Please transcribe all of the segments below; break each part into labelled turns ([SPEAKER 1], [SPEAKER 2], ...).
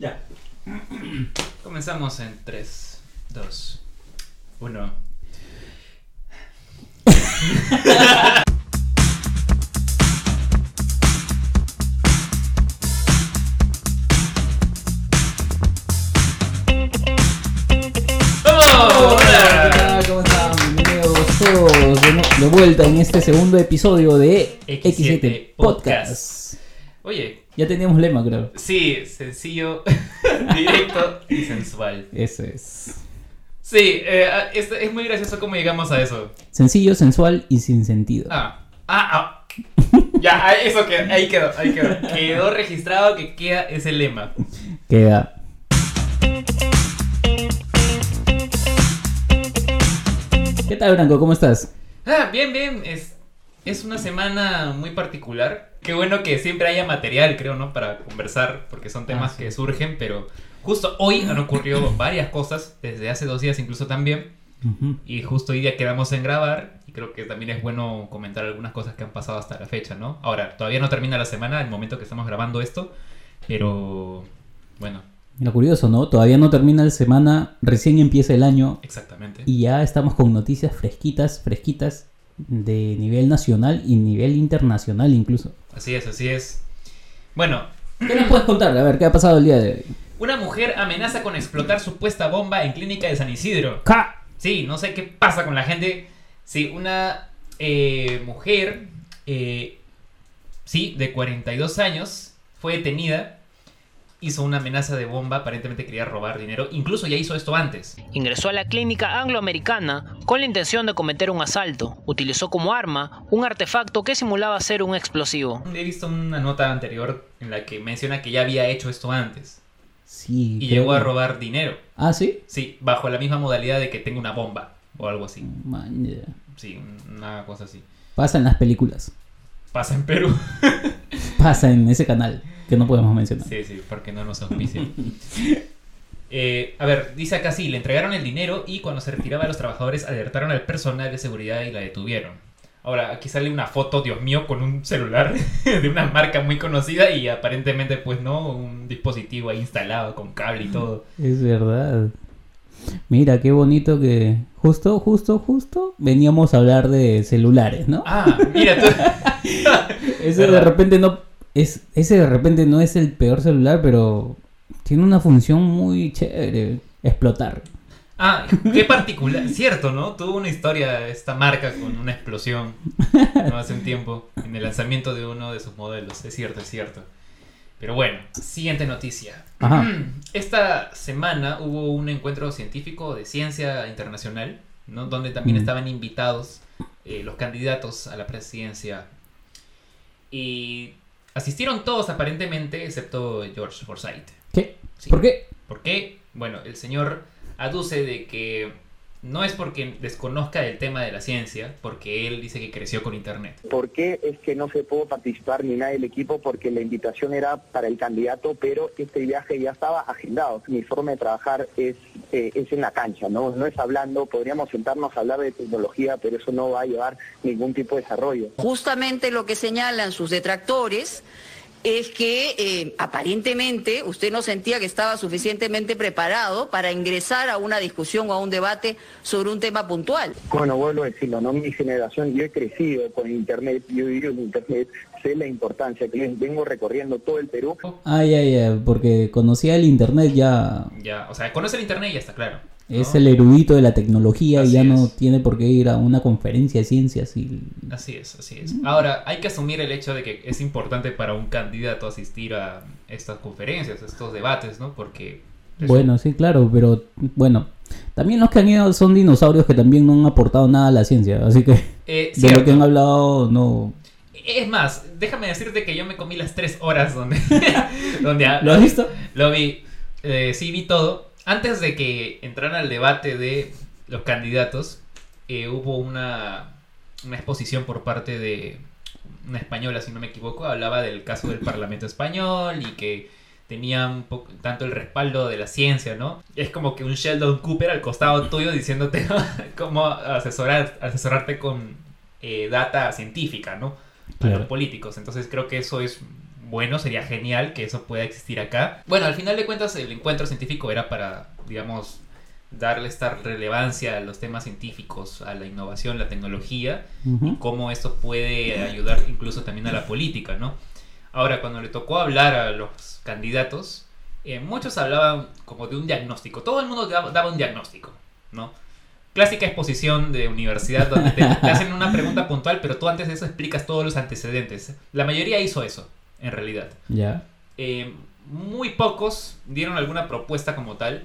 [SPEAKER 1] Ya.
[SPEAKER 2] Comenzamos en 3, 2, 1.
[SPEAKER 1] Hola.
[SPEAKER 2] ¡Oh!
[SPEAKER 3] Hola, ¿cómo están? Bienvenidos todos de, nu- de vuelta en este segundo episodio de
[SPEAKER 2] X7
[SPEAKER 3] X7 Podcast.
[SPEAKER 2] Oye,
[SPEAKER 3] Ya teníamos lema, creo.
[SPEAKER 2] sí, sencillo, directo y sensual.
[SPEAKER 3] Eso es.
[SPEAKER 2] Sí, eh, ah, es, es muy gracioso cómo llegamos a eso.
[SPEAKER 3] Sencillo, sensual y sin sentido.
[SPEAKER 2] Ah, ah, ah. Ya, ah, eso que ahí quedó, ahí quedó. Quedó registrado que queda ese lema.
[SPEAKER 3] Queda. ¿Qué tal, Branco? ¿Cómo estás?
[SPEAKER 2] Ah, bien, bien. Es, es una semana muy particular. Qué bueno que siempre haya material, creo, ¿no? Para conversar, porque son temas
[SPEAKER 3] Ah, sí.
[SPEAKER 2] que surgen, pero justo hoy han ocurrido varias cosas, desde hace dos días incluso también, y justo hoy día quedamos en grabar, y creo que también es bueno comentar algunas cosas que han pasado hasta la fecha, ¿no? Ahora, todavía no termina la semana, el momento que estamos grabando esto, pero bueno,
[SPEAKER 3] Lo curioso, ¿no? Todavía no termina la semana, recién empieza el año
[SPEAKER 2] exactamente.
[SPEAKER 3] y ya estamos con noticias fresquitas, fresquitas de nivel nacional y nivel internacional incluso.
[SPEAKER 2] Así es, así es. Bueno,
[SPEAKER 3] ¿Qué nos puedes contar? A ver, ¿qué ha pasado el día de hoy?
[SPEAKER 2] una mujer amenaza con explotar supuesta bomba en clínica de San Isidro.
[SPEAKER 3] ¡Ja!
[SPEAKER 2] Sí, no sé qué pasa con la gente. Sí, una eh, mujer, eh, sí, de 42 años, fue detenida, hizo una amenaza de bomba, aparentemente quería robar dinero, incluso ya hizo esto antes.
[SPEAKER 4] Ingresó a la clínica angloamericana con la intención de cometer un asalto. Utilizó como arma un artefacto que simulaba ser un explosivo.
[SPEAKER 2] He visto una nota anterior en la que menciona que ya había hecho esto antes
[SPEAKER 3] Sí.
[SPEAKER 2] y
[SPEAKER 3] creo
[SPEAKER 2] llegó a
[SPEAKER 3] que-
[SPEAKER 2] robar dinero,
[SPEAKER 3] Ah, sí.
[SPEAKER 2] sí, bajo la misma modalidad de que tengo una bomba o algo así,
[SPEAKER 3] Man, ya.
[SPEAKER 2] sí, una cosa así.
[SPEAKER 3] Pasa en las películas.
[SPEAKER 2] Pasa en Perú.
[SPEAKER 3] Pasa en ese canal que no podemos mencionar.
[SPEAKER 2] Sí, sí, porque no nos auspician. Eh, a ver, dice acá sí, le entregaron el dinero y cuando se retiraba los trabajadores alertaron al personal de seguridad y la detuvieron. Ahora, aquí sale una foto, Dios mío, con un celular de una marca muy conocida y aparentemente, pues no, un dispositivo ahí instalado con cable y todo.
[SPEAKER 3] Es verdad. Mira, qué bonito que justo, justo, justo veníamos a hablar de celulares, ¿no?
[SPEAKER 2] Ah, mira tú.
[SPEAKER 3] ese de
[SPEAKER 2] verdad.
[SPEAKER 3] repente no es ese de repente no es el peor celular, pero tiene una función muy chévere, explotar.
[SPEAKER 2] Ah, qué particular. Cierto, ¿no? Tuvo una historia esta marca con una explosión ¿no? hace un tiempo en el lanzamiento de uno de sus modelos. Es cierto, es cierto. Pero bueno, siguiente noticia.
[SPEAKER 3] Ajá.
[SPEAKER 2] Esta semana hubo un encuentro científico de ciencia internacional, ¿no? Donde también
[SPEAKER 3] Mm.
[SPEAKER 2] estaban invitados eh, los candidatos a la presidencia. Y asistieron todos aparentemente, excepto George Forsyth.
[SPEAKER 3] ¿Qué?
[SPEAKER 2] Sí.
[SPEAKER 3] ¿Por qué?
[SPEAKER 2] ¿Por qué? Bueno, el señor aduce de que no es porque desconozca el tema de la ciencia, porque él dice que creció con internet.
[SPEAKER 5] ¿Por qué es que no se pudo participar ni nadie del equipo? Porque la invitación era para el candidato, pero este viaje ya estaba agendado. Mi forma de trabajar es, eh, es en la cancha, ¿no? No es hablando, podríamos sentarnos a hablar de tecnología, pero eso no va a llevar ningún tipo de desarrollo.
[SPEAKER 6] Justamente lo que señalan sus detractores es que eh, aparentemente usted no sentía que estaba suficientemente preparado para ingresar a una discusión o a un debate sobre un tema puntual.
[SPEAKER 5] Bueno, vuelvo a decirlo, ¿no? Mi generación, yo he crecido con Internet, yo vivo en Internet, sé la importancia que les vengo recorriendo todo el Perú.
[SPEAKER 3] Ay, ay, ay, porque conocía el internet ya
[SPEAKER 2] Ya, o sea, conoce el internet y ya está claro. ¿no?
[SPEAKER 3] Es el erudito de la tecnología
[SPEAKER 2] Así
[SPEAKER 3] y ya no
[SPEAKER 2] es.
[SPEAKER 3] tiene por qué ir a una conferencia de ciencias y...
[SPEAKER 2] Así es, así es. Ahora, hay que asumir el hecho de que es importante para un candidato asistir a estas conferencias, a estos debates, ¿no? Porque...
[SPEAKER 3] Bueno, sí, claro, pero bueno. También los que han ido son dinosaurios que también no han aportado nada a la ciencia, así que
[SPEAKER 2] Eh,
[SPEAKER 3] de lo que han
[SPEAKER 2] cierto.
[SPEAKER 3] hablado no...
[SPEAKER 2] Es más, déjame decirte que yo me comí las tres horas donde... donde ha-
[SPEAKER 3] ¿Lo has visto?
[SPEAKER 2] Lo vi, eh, sí vi todo. Antes de que entrara al debate de los candidatos, eh, hubo una, una exposición por parte de una española, si no me equivoco, hablaba del caso del Parlamento español y que tenía un poco- tanto el respaldo de la ciencia, ¿no? Es como que un Sheldon Cooper al costado tuyo diciéndote cómo asesorar, asesorarte con eh, data científica, ¿no? Para
[SPEAKER 3] Claro.
[SPEAKER 2] los políticos. Entonces creo que eso es bueno, sería genial que eso pueda existir acá. Bueno, al final de cuentas el encuentro científico era para, digamos, darle esta relevancia a los temas científicos, a la innovación, la tecnología, y
[SPEAKER 3] Ujú.
[SPEAKER 2] cómo esto puede ayudar incluso también a la política, ¿no? Ahora, cuando le tocó hablar a los candidatos, eh, muchos hablaban como de un diagnóstico. Todo el mundo daba, daba un diagnóstico, ¿no? Clásica exposición de universidad donde te, te hacen una pregunta puntual, pero tú antes de eso explicas todos los antecedentes. La mayoría hizo eso, en realidad.
[SPEAKER 3] Ya.
[SPEAKER 2] Eh, muy pocos dieron alguna propuesta como tal.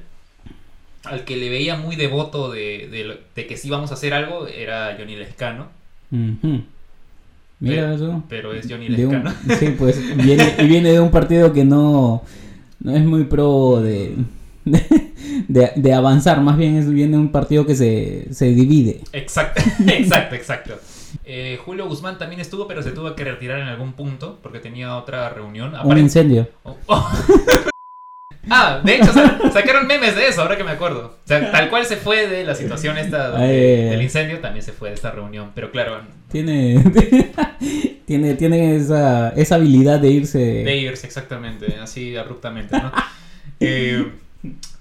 [SPEAKER 2] Al que le veía muy devoto de, de lo- de que sí vamos a hacer algo era Johnny Lescano.
[SPEAKER 3] Ujú. Mira
[SPEAKER 2] Pero-
[SPEAKER 3] eso.
[SPEAKER 2] Pero es Johnny
[SPEAKER 3] De un-
[SPEAKER 2] Lescano.
[SPEAKER 3] sí, pues viene, y viene de un partido que no, no es muy pro de, de, de avanzar, más bien es, viene de un partido que se, se divide.
[SPEAKER 2] Exacto, exacto, exacto. Eh, Julio Guzmán también estuvo, pero se tuvo que retirar en algún punto porque tenía otra reunión.
[SPEAKER 3] Un
[SPEAKER 2] Aparentemente
[SPEAKER 3] incendio.
[SPEAKER 2] Oh, oh. ah, de hecho, sa- sacaron memes de eso, ahora que me acuerdo. O sea, tal cual se fue de la situación esta donde-
[SPEAKER 3] Ay, ay, ay.
[SPEAKER 2] del incendio, también se fue de esta reunión. Pero claro,
[SPEAKER 3] Tiene, tiene, tiene esa, esa habilidad de irse.
[SPEAKER 2] Layers, exactamente, así abruptamente, ¿no? Eh,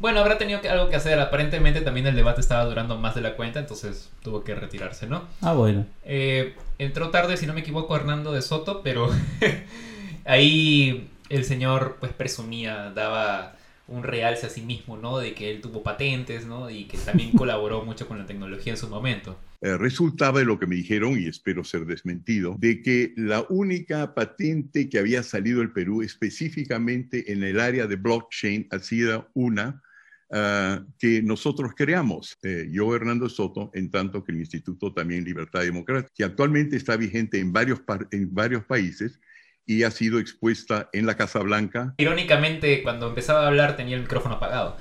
[SPEAKER 2] bueno, habrá tenido que- algo que hacer. Aparentemente también el debate estaba durando más de la cuenta, entonces tuvo que retirarse, ¿no?
[SPEAKER 3] Ah, bueno.
[SPEAKER 2] Eh, entró tarde, si no me equivoco, Hernando de Soto, pero ahí el señor pues presumía, daba un realce a sí mismo, ¿no? De que él tuvo patentes, ¿no? Y que también colaboró mucho con la tecnología en su momento.
[SPEAKER 1] Eh, resultaba de lo que me dijeron, y espero ser desmentido, de que la única patente que había salido del Perú específicamente en el área de blockchain ha sido una ah, que nosotros creamos, eh, yo Hernando Soto, en tanto que el Instituto también Libertad y Democracia, que actualmente está vigente en varios, par- en varios países y ha sido expuesta en la Casa Blanca.
[SPEAKER 2] Irónicamente, cuando empezaba a hablar tenía el micrófono apagado.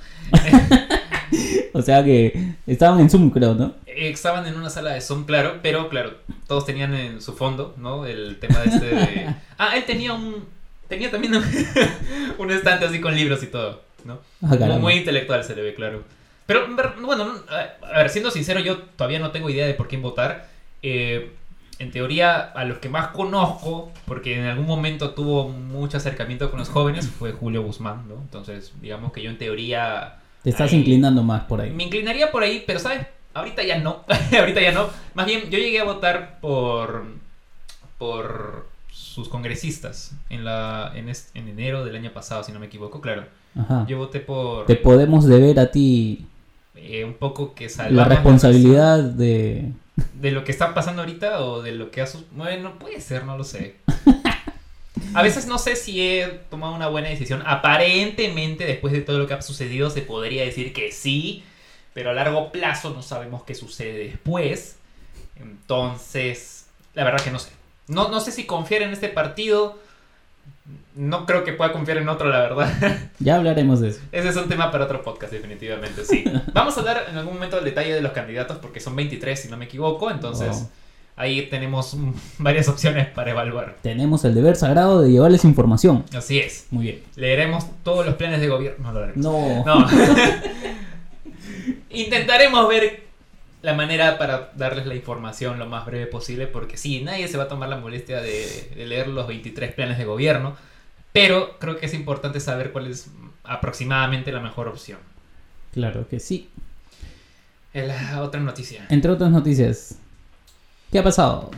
[SPEAKER 3] O sea que estaban en Zoom, creo, ¿no?
[SPEAKER 2] Eh, Estaban en una sala de Zoom, claro, pero claro, todos tenían en su fondo, ¿no? El tema de este de... Ah, él tenía un... Tenía también un, un estante así con libros y todo, ¿no?
[SPEAKER 3] Ah,
[SPEAKER 2] Muy,
[SPEAKER 3] caramba.
[SPEAKER 2] muy intelectual se le ve, claro. Pero, en ver- bueno, no, a a ver, siendo sincero, yo todavía no tengo idea de por quién votar. Eh, en teoría, a los que más conozco, porque en algún momento tuvo mucho acercamiento con los jóvenes, fue Julio Guzmán, ¿no? Entonces, digamos que yo en teoría...
[SPEAKER 3] Te estás
[SPEAKER 2] Ahí.
[SPEAKER 3] inclinando más por ahí.
[SPEAKER 2] Me inclinaría por ahí, pero ¿sabes? Ahorita ya no. Ahorita ya no. Más bien, yo llegué a votar por. por sus congresistas en la en, es- en enero del año pasado, si no me equivoco, claro.
[SPEAKER 3] Ajá.
[SPEAKER 2] Yo voté por
[SPEAKER 3] Ah. Te podemos deber a ti
[SPEAKER 2] eh, un poco que salvar
[SPEAKER 3] la responsabilidad de...
[SPEAKER 2] de lo que está pasando ahorita o de lo que ha sus- Bueno, puede ser, no lo sé. A veces no sé si he tomado una buena decisión. Aparentemente, después de todo lo que ha sucedido, se podría decir que sí, pero a largo plazo no sabemos qué sucede después. Entonces, la verdad que no sé. No, no sé si confiar en este partido. No creo que pueda confiar en otro, la verdad.
[SPEAKER 3] Ya hablaremos de eso.
[SPEAKER 2] Ese es un tema para otro podcast, definitivamente, sí. Vamos a hablar en algún momento del detalle de los candidatos, porque son 23, si no me equivoco, entonces
[SPEAKER 3] Wow.
[SPEAKER 2] ahí tenemos mm, varias opciones para evaluar.
[SPEAKER 3] Tenemos el deber sagrado de llevarles información.
[SPEAKER 2] Así es.
[SPEAKER 3] Muy bien.
[SPEAKER 2] Leeremos todos los planes de gobierno. No lo haremos.
[SPEAKER 3] No.
[SPEAKER 2] No. Intentaremos ver la manera para darles la información lo más breve posible, porque sí, nadie se va a tomar la molestia de, de leer los 23 planes de gobierno, pero creo que es importante saber cuál es mm, aproximadamente la mejor opción.
[SPEAKER 3] Claro que sí.
[SPEAKER 2] Eh, La otra noticia.
[SPEAKER 3] Entre otras noticias. ¿Qué ha pasado?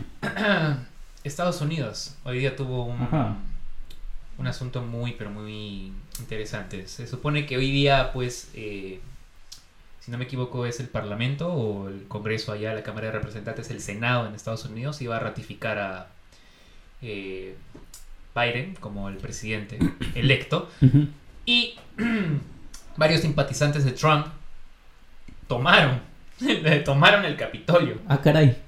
[SPEAKER 2] Estados Unidos hoy día tuvo un,
[SPEAKER 3] Ajá.
[SPEAKER 2] un asunto muy, pero muy interesante. Se supone que hoy día, pues, eh, si no me equivoco, es el Parlamento o el Congreso allá, la Cámara de Representantes, el Senado en Estados Unidos, iba a ratificar a eh, Biden como el presidente electo.
[SPEAKER 3] Ujú.
[SPEAKER 2] Y varios simpatizantes de Trump tomaron, tomaron el Capitolio.
[SPEAKER 3] Ah, caray.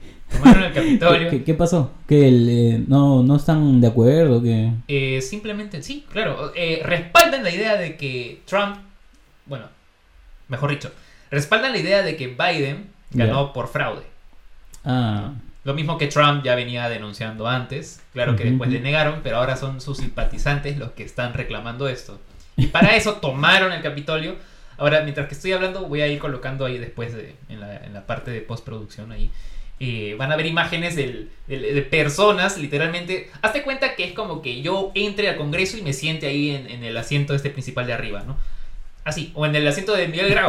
[SPEAKER 2] Tomaron el
[SPEAKER 3] ¿Qué,
[SPEAKER 2] Capitolio.
[SPEAKER 3] qué- qué pasó? Que el, eh, no, no están de acuerdo, que...
[SPEAKER 2] Eh, simplemente, sí, claro, eh, respaldan la idea de que Trump, bueno, mejor dicho, respaldan la idea de que Biden ganó por fraude.
[SPEAKER 3] Ah,
[SPEAKER 2] Lo mismo que Trump ya venía denunciando antes, claro que
[SPEAKER 3] Ujú,
[SPEAKER 2] después le
[SPEAKER 3] ujú.
[SPEAKER 2] negaron, pero ahora son sus simpatizantes los que están reclamando esto. Y para eso tomaron el Capitolio. Ahora, mientras que estoy hablando, voy a ir colocando ahí después de- en, la, en la parte de postproducción ahí eh, van a ver imágenes del- del- de personas, literalmente. Hazte cuenta que es como que yo entre al Congreso y me siente ahí en, en el asiento este principal de arriba, ¿no? Así, o en el asiento de Miguel Grau.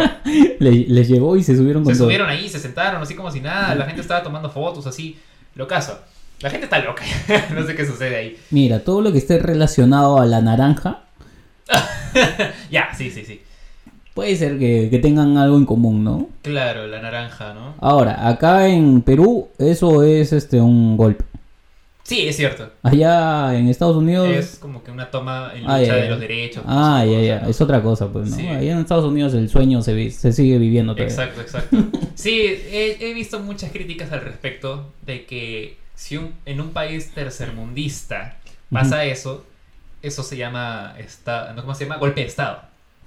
[SPEAKER 3] Le- les llegó y se subieron con
[SPEAKER 2] se
[SPEAKER 3] todo.
[SPEAKER 2] subieron ahí, se sentaron, así como si nada. La gente estaba tomando fotos, así. Locazo. La gente está loca. no sé qué sucede ahí.
[SPEAKER 3] Mira, todo lo que esté relacionado a la naranja
[SPEAKER 2] Ya, sí, sí, sí.
[SPEAKER 3] puede ser que, que tengan algo en común, ¿no?
[SPEAKER 2] Claro, la naranja, ¿no?
[SPEAKER 3] Ahora, acá en Perú eso es este un golpe.
[SPEAKER 2] Sí, es cierto.
[SPEAKER 3] Allá en Estados Unidos
[SPEAKER 2] Es como que una toma en lucha
[SPEAKER 3] Ah, ya,
[SPEAKER 2] de
[SPEAKER 3] ya.
[SPEAKER 2] los derechos.
[SPEAKER 3] Ah,
[SPEAKER 2] no sé
[SPEAKER 3] ya,
[SPEAKER 2] qué
[SPEAKER 3] ya,
[SPEAKER 2] cosa, ¿no?
[SPEAKER 3] es otra cosa, pues, ¿no?
[SPEAKER 2] Sí.
[SPEAKER 3] Allá en Estados Unidos el sueño se, vi- se sigue viviendo todavía.
[SPEAKER 2] Exacto, exacto. Sí, he, he visto muchas críticas al respecto de que si un- en un país tercermundista pasa eso, eso se llama, esta, ¿no? ¿cómo se llama? Golpe de Estado,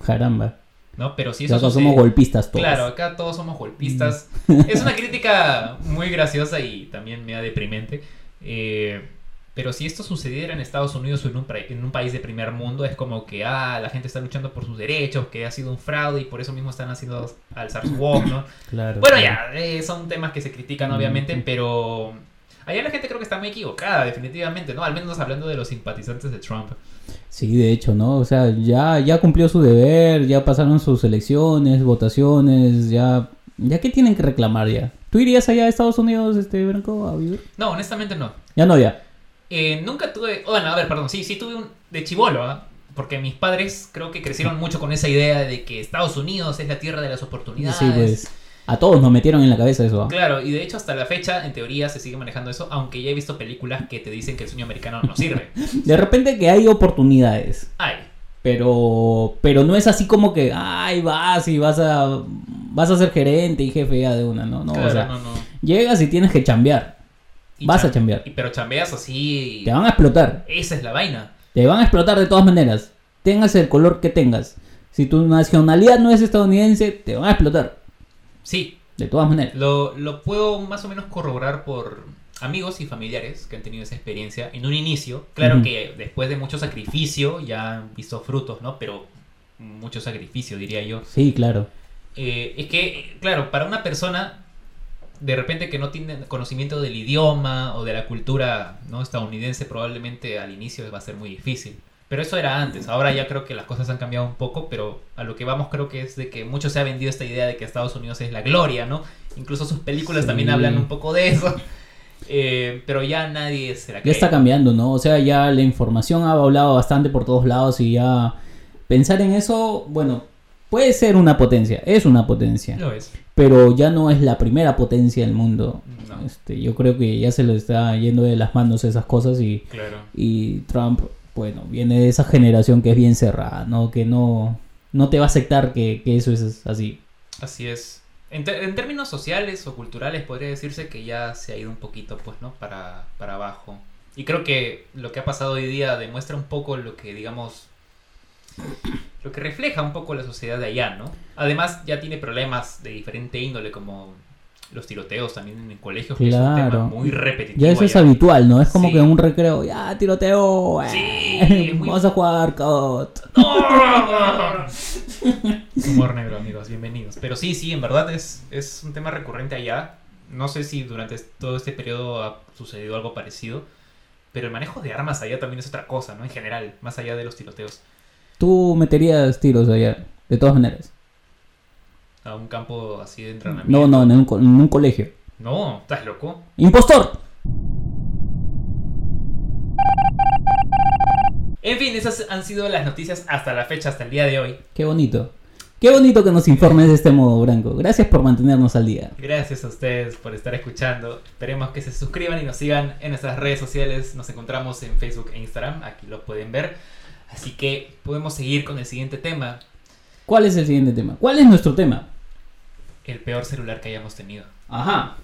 [SPEAKER 3] Caramba.
[SPEAKER 2] ¿no? Pero si
[SPEAKER 3] Ya
[SPEAKER 2] eso
[SPEAKER 3] acá
[SPEAKER 2] sucede-
[SPEAKER 3] somos golpistas todos. Mm.
[SPEAKER 2] Claro, acá todos somos golpistas. Es una crítica muy graciosa y también media deprimente. Eh, pero si esto sucediera en Estados Unidos o en un, pra- en un país de primer mundo, es como que ah, la gente está luchando por sus derechos, que ha sido un fraude y por eso mismo están haciendo alzar su voz, ¿no?
[SPEAKER 3] Claro,
[SPEAKER 2] Bueno,
[SPEAKER 3] claro.
[SPEAKER 2] ya, eh, son temas que se critican obviamente,
[SPEAKER 3] Mm.
[SPEAKER 2] pero allá la gente creo que está muy equivocada, definitivamente, ¿no? Al menos hablando de los simpatizantes de Trump.
[SPEAKER 3] Sí, de hecho, ¿no? O sea, ya, ya cumplió su deber, ya pasaron sus elecciones, votaciones, ya... ¿Ya qué tienen que reclamar ya? ¿Tú irías allá a Estados Unidos, este, Branco, a vivir?
[SPEAKER 2] No, honestamente no.
[SPEAKER 3] Ya no, ya.
[SPEAKER 2] Eh, nunca tuve. Bueno, a ver, perdón. Sí, sí tuve un. De chivolo, ¿ah? Porque mis padres creo que crecieron mucho con esa idea de que Estados Unidos es la tierra de las oportunidades.
[SPEAKER 3] Sí, pues. A todos nos metieron en la cabeza eso. ¿ah?
[SPEAKER 2] Claro, y de hecho hasta la fecha, en teoría, se sigue manejando eso, aunque ya he visto películas que te dicen que el sueño americano no sirve.
[SPEAKER 3] De repente que hay oportunidades.
[SPEAKER 2] Ay,
[SPEAKER 3] Pero, pero no es así como que, ay, vas y vas a, vas a ser gerente y jefe ya de una, ¿no? No,
[SPEAKER 2] claro,
[SPEAKER 3] o sea,
[SPEAKER 2] no, no.
[SPEAKER 3] llegas y tienes que chambear.
[SPEAKER 2] Y
[SPEAKER 3] vas a
[SPEAKER 2] cham-
[SPEAKER 3] chambear.
[SPEAKER 2] y- Pero chambeas así.
[SPEAKER 3] Te van a explotar.
[SPEAKER 2] Esa es la vaina.
[SPEAKER 3] Te van a explotar de todas maneras. Tengas el color que tengas. Si tu nacionalidad no es estadounidense, te van a explotar.
[SPEAKER 2] Sí,
[SPEAKER 3] De todas maneras.
[SPEAKER 2] Lo, lo puedo más o menos corroborar por amigos y familiares que han tenido esa experiencia en un inicio. Claro
[SPEAKER 3] Ujú.
[SPEAKER 2] que después de mucho sacrificio ya han visto frutos, ¿no? Pero mucho sacrificio, diría yo.
[SPEAKER 3] Sí, claro.
[SPEAKER 2] Eh, es que, claro, para una persona de repente que no tiene conocimiento del idioma o de la cultura ¿no? estadounidense, probablemente al inicio va a ser muy difícil. Pero eso era antes, ahora ya creo que las cosas han cambiado un poco, pero a lo que vamos creo que es de que mucho se ha vendido esta idea de que Estados Unidos es la gloria, ¿no? Incluso sus películas
[SPEAKER 3] Sí.
[SPEAKER 2] también hablan un poco de eso, Eh, pero ya nadie se la
[SPEAKER 3] Ya
[SPEAKER 2] cree.
[SPEAKER 3] está cambiando, ¿no? O sea, ya la información ha hablado bastante por todos lados y ya pensar en eso, bueno, puede ser una potencia, es una potencia.
[SPEAKER 2] Lo es.
[SPEAKER 3] pero ya no es la primera potencia del mundo.
[SPEAKER 2] No.
[SPEAKER 3] Este, yo creo que ya se le está yendo de las manos esas cosas y,
[SPEAKER 2] Claro.
[SPEAKER 3] y Trump, bueno, viene de esa generación que es bien cerrada, ¿no? Que no, no te va a aceptar que, que eso es así.
[SPEAKER 2] Así es. En, te- en términos sociales o culturales podría decirse que ya se ha ido un poquito, pues, ¿no? Para, para abajo. Y creo que lo que ha pasado hoy día demuestra un poco lo que, digamos, lo que refleja un poco la sociedad de allá, ¿no? Además ya tiene problemas de diferente índole, como los tiroteos también en colegios, que es un
[SPEAKER 3] Claro.
[SPEAKER 2] tema muy repetitivo.
[SPEAKER 3] Ya eso es
[SPEAKER 2] allá.
[SPEAKER 3] habitual, ¿no? Es como
[SPEAKER 2] Sí.
[SPEAKER 3] que un recreo, ya tiroteo, eh,
[SPEAKER 2] Sí, muy-
[SPEAKER 3] vamos a jugar, cot.
[SPEAKER 2] Humor negro, amigos, bienvenidos. Pero sí, sí, en verdad es, es un tema recurrente allá. No sé si durante todo este periodo ha sucedido algo parecido, pero el manejo de armas allá también es otra cosa, ¿no? En general, más allá de los tiroteos.
[SPEAKER 3] Tú meterías tiros allá, de todas maneras.
[SPEAKER 2] A un campo así de
[SPEAKER 3] No,
[SPEAKER 2] entrenamiento.
[SPEAKER 3] no, en un, co- en un colegio.
[SPEAKER 2] No, estás loco.
[SPEAKER 3] ¡Impostor!
[SPEAKER 2] En fin, esas han sido las noticias hasta la fecha, hasta el día de hoy.
[SPEAKER 3] Qué bonito. Qué bonito que nos informes de este modo, Branco. Gracias por mantenernos al día.
[SPEAKER 2] Gracias a ustedes por estar escuchando. Esperemos que se suscriban y nos sigan en nuestras redes sociales. Nos encontramos en Facebook e Instagram. Aquí lo pueden ver. Así que podemos seguir con el siguiente tema.
[SPEAKER 3] ¿Cuál es el siguiente tema? ¿Cuál es nuestro tema?
[SPEAKER 2] El peor celular que hayamos tenido.
[SPEAKER 3] Ajá.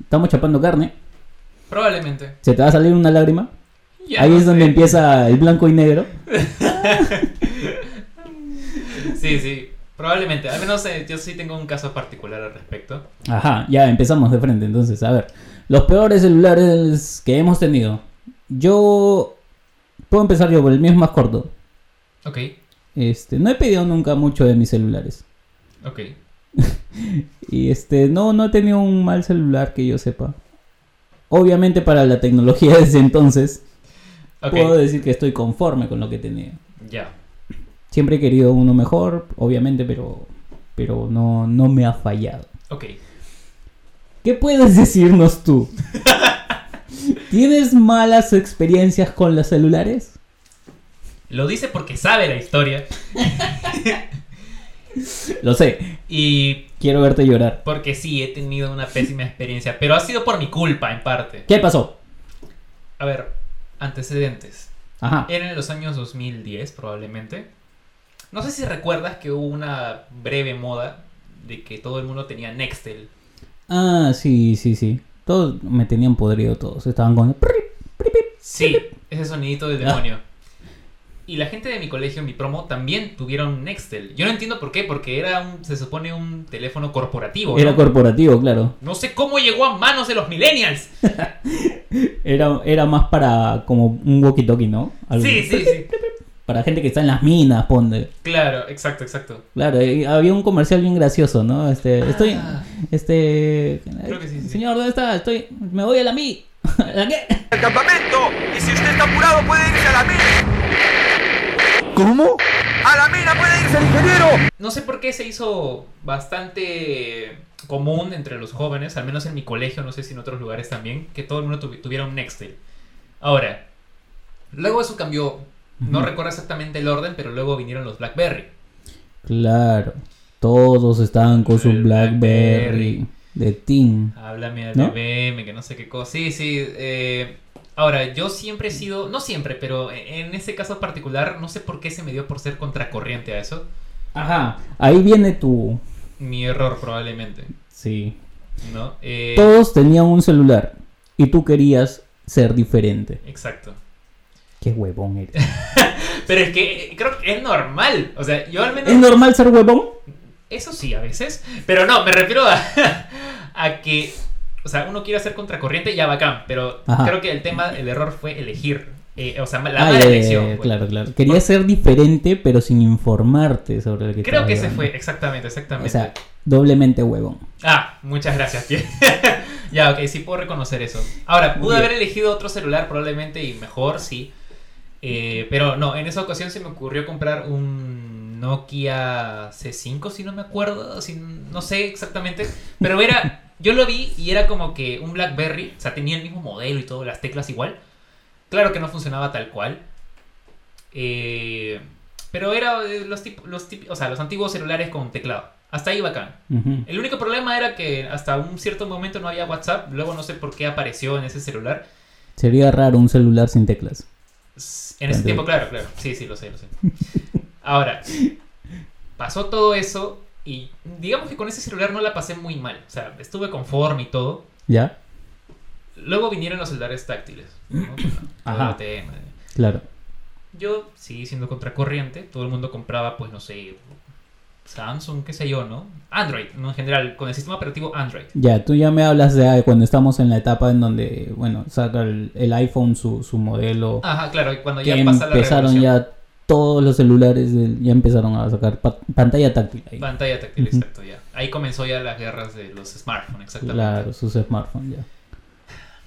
[SPEAKER 3] Estamos chapando carne.
[SPEAKER 2] Probablemente.
[SPEAKER 3] ¿Se te va a salir una lágrima?
[SPEAKER 2] Ya
[SPEAKER 3] Ahí
[SPEAKER 2] no
[SPEAKER 3] es donde
[SPEAKER 2] sé.
[SPEAKER 3] empieza el blanco y negro.
[SPEAKER 2] Sí, sí. Probablemente. Al menos eh, yo sí tengo un caso particular al respecto.
[SPEAKER 3] Ajá, ya empezamos de frente. Entonces, a ver. Los peores celulares que hemos tenido. Yo... Puedo empezar yo por el mío es más corto.
[SPEAKER 2] Ok,
[SPEAKER 3] Este, no he pedido nunca mucho de mis celulares.
[SPEAKER 2] ok.
[SPEAKER 3] y este, no, no he tenido un mal celular que yo sepa. Obviamente para la tecnología desde entonces,
[SPEAKER 2] Ok,
[SPEAKER 3] puedo decir que estoy conforme con lo que tenía.
[SPEAKER 2] ya.
[SPEAKER 3] Siempre he querido uno mejor, obviamente, pero, pero no, no me ha fallado.
[SPEAKER 2] Ok.
[SPEAKER 3] ¿Qué puedes decirnos tú? ¿Tienes malas experiencias con los celulares?
[SPEAKER 2] Lo dice porque sabe la historia
[SPEAKER 3] Lo sé,
[SPEAKER 2] y
[SPEAKER 3] quiero verte llorar.
[SPEAKER 2] porque sí he tenido una pésima experiencia, pero ha sido por mi culpa en parte.
[SPEAKER 3] ¿Qué pasó?
[SPEAKER 2] A ver, antecedentes.
[SPEAKER 3] Ajá.
[SPEAKER 2] Era en los años 2010 probablemente. No sé si recuerdas que hubo una breve moda de que todo el mundo tenía Nextel.
[SPEAKER 3] Ah, sí, sí, sí. Todos me tenían podrido todos. Estaban con...
[SPEAKER 2] Sí, ese sonidito del demonio. Y la gente de mi colegio, mi promo, también tuvieron Nextel. Yo no entiendo por qué, porque era un, se supone un teléfono corporativo. ¿no?
[SPEAKER 3] Era corporativo, claro.
[SPEAKER 2] no sé cómo llegó a manos de los millennials.
[SPEAKER 3] Era, era más para como un walkie-talkie, ¿no? Algo-
[SPEAKER 2] Sí, sí, sí.
[SPEAKER 3] Para gente que está en las minas, ponte.
[SPEAKER 2] Claro, exacto, exacto.
[SPEAKER 3] Claro, y había un comercial bien gracioso, ¿no? Este, estoy,
[SPEAKER 2] Ah.
[SPEAKER 3] este,
[SPEAKER 2] Creo que sí, sí.
[SPEAKER 3] señor, ¿dónde está? Estoy, me voy a la mi. ¿A la qué?
[SPEAKER 7] al campamento. Y si usted está apurado, puede irse a la mina.
[SPEAKER 5] ¿Cómo?
[SPEAKER 7] A la mina puede irse el ingeniero.
[SPEAKER 2] No sé por qué se hizo bastante común entre los jóvenes, al menos en mi colegio, no sé si en otros lugares también, que todo el mundo tuvi- tuviera un Nextel. Ahora, luego eso cambió. No
[SPEAKER 3] Ujú.
[SPEAKER 2] recuerdo exactamente el orden, pero luego vinieron los BlackBerry.
[SPEAKER 3] Claro, todos estaban con su
[SPEAKER 2] El
[SPEAKER 3] Blackberry de Tim.
[SPEAKER 2] Háblame al
[SPEAKER 3] ¿No?
[SPEAKER 2] BBM, que no sé qué cosa. Sí, sí. eh, ahora, yo siempre he sido, no siempre, pero en ese caso particular, no sé por qué se me dio por ser contracorriente a eso.
[SPEAKER 3] Ajá, ahí viene tu,
[SPEAKER 2] Mi error probablemente,
[SPEAKER 3] sí.
[SPEAKER 2] ¿no? Eh,
[SPEAKER 3] Todos tenían un celular y tú querías ser diferente.
[SPEAKER 2] Exacto.
[SPEAKER 3] Qué huevón eres.
[SPEAKER 2] Pero es que eh, creo que es normal. O sea, yo al menos...
[SPEAKER 3] ¿Es normal ser huevón?
[SPEAKER 2] Eso sí, a veces. Pero no, me refiero a, a que... O sea, uno quiere hacer contracorriente, ya bacán. Pero
[SPEAKER 3] Ajá.
[SPEAKER 2] creo que el tema, el error fue elegir. eh, o sea, la
[SPEAKER 3] Ah,
[SPEAKER 2] mala
[SPEAKER 3] ya, ya,
[SPEAKER 2] elección.
[SPEAKER 3] ya,
[SPEAKER 2] pues.
[SPEAKER 3] claro, claro. Querías ser diferente, pero sin informarte sobre lo que
[SPEAKER 2] Creo
[SPEAKER 3] estabas
[SPEAKER 2] que ese
[SPEAKER 3] llevando.
[SPEAKER 2] fue, exactamente, exactamente.
[SPEAKER 3] O sea, doblemente huevón.
[SPEAKER 2] Ah, muchas gracias, tío. ya, ok, sí puedo reconocer eso. Ahora,
[SPEAKER 3] Muy
[SPEAKER 2] pude
[SPEAKER 3] bien.
[SPEAKER 2] haber elegido otro celular probablemente y mejor, sí. Eh, pero no, en esa ocasión se me ocurrió comprar un Nokia C5, si no me acuerdo, si, no sé exactamente. Pero era, yo lo vi y era como que un BlackBerry, o sea, tenía el mismo modelo y todo, las teclas igual. Claro que no funcionaba tal cual. Eh, pero era eh, los, tip- los, tip- o sea, los antiguos celulares con teclado. Hasta ahí bacán.
[SPEAKER 3] Ujú.
[SPEAKER 2] El único problema era que hasta un cierto momento no había WhatsApp, luego no sé por qué apareció en ese celular.
[SPEAKER 3] Sería raro un celular sin teclas.
[SPEAKER 2] S- En ese
[SPEAKER 3] Entiendo.
[SPEAKER 2] tiempo, claro, claro. Sí, sí, lo sé, lo sé. Ahora, pasó todo eso y digamos que con ese celular no la pasé muy mal. O sea, estuve conforme y todo.
[SPEAKER 3] ¿Ya?
[SPEAKER 2] Luego vinieron los celulares táctiles. ¿no?
[SPEAKER 3] Ajá.
[SPEAKER 2] Todo tema.
[SPEAKER 3] Claro.
[SPEAKER 2] Yo seguí siendo contracorriente. Todo el mundo compraba, pues no sé, Samsung, qué sé yo, ¿no? Android, ¿no? En general, con el sistema operativo Android.
[SPEAKER 3] Ya, tú ya me hablas de ah, cuando estamos en la etapa en donde, bueno, saca el, el iPhone su, su modelo.
[SPEAKER 2] Ajá, claro, y cuando
[SPEAKER 3] que
[SPEAKER 2] Ah, ya pasa la
[SPEAKER 3] empezaron
[SPEAKER 2] revolución.
[SPEAKER 3] ya todos los celulares, del- ya empezaron a sacar pa- pantalla táctil. ahí.
[SPEAKER 2] Pantalla táctil,
[SPEAKER 3] Ujú.
[SPEAKER 2] exacto, ya. Ahí comenzó ya las guerras de los smartphones, exactamente.
[SPEAKER 3] Claro, sus smartphones, ya.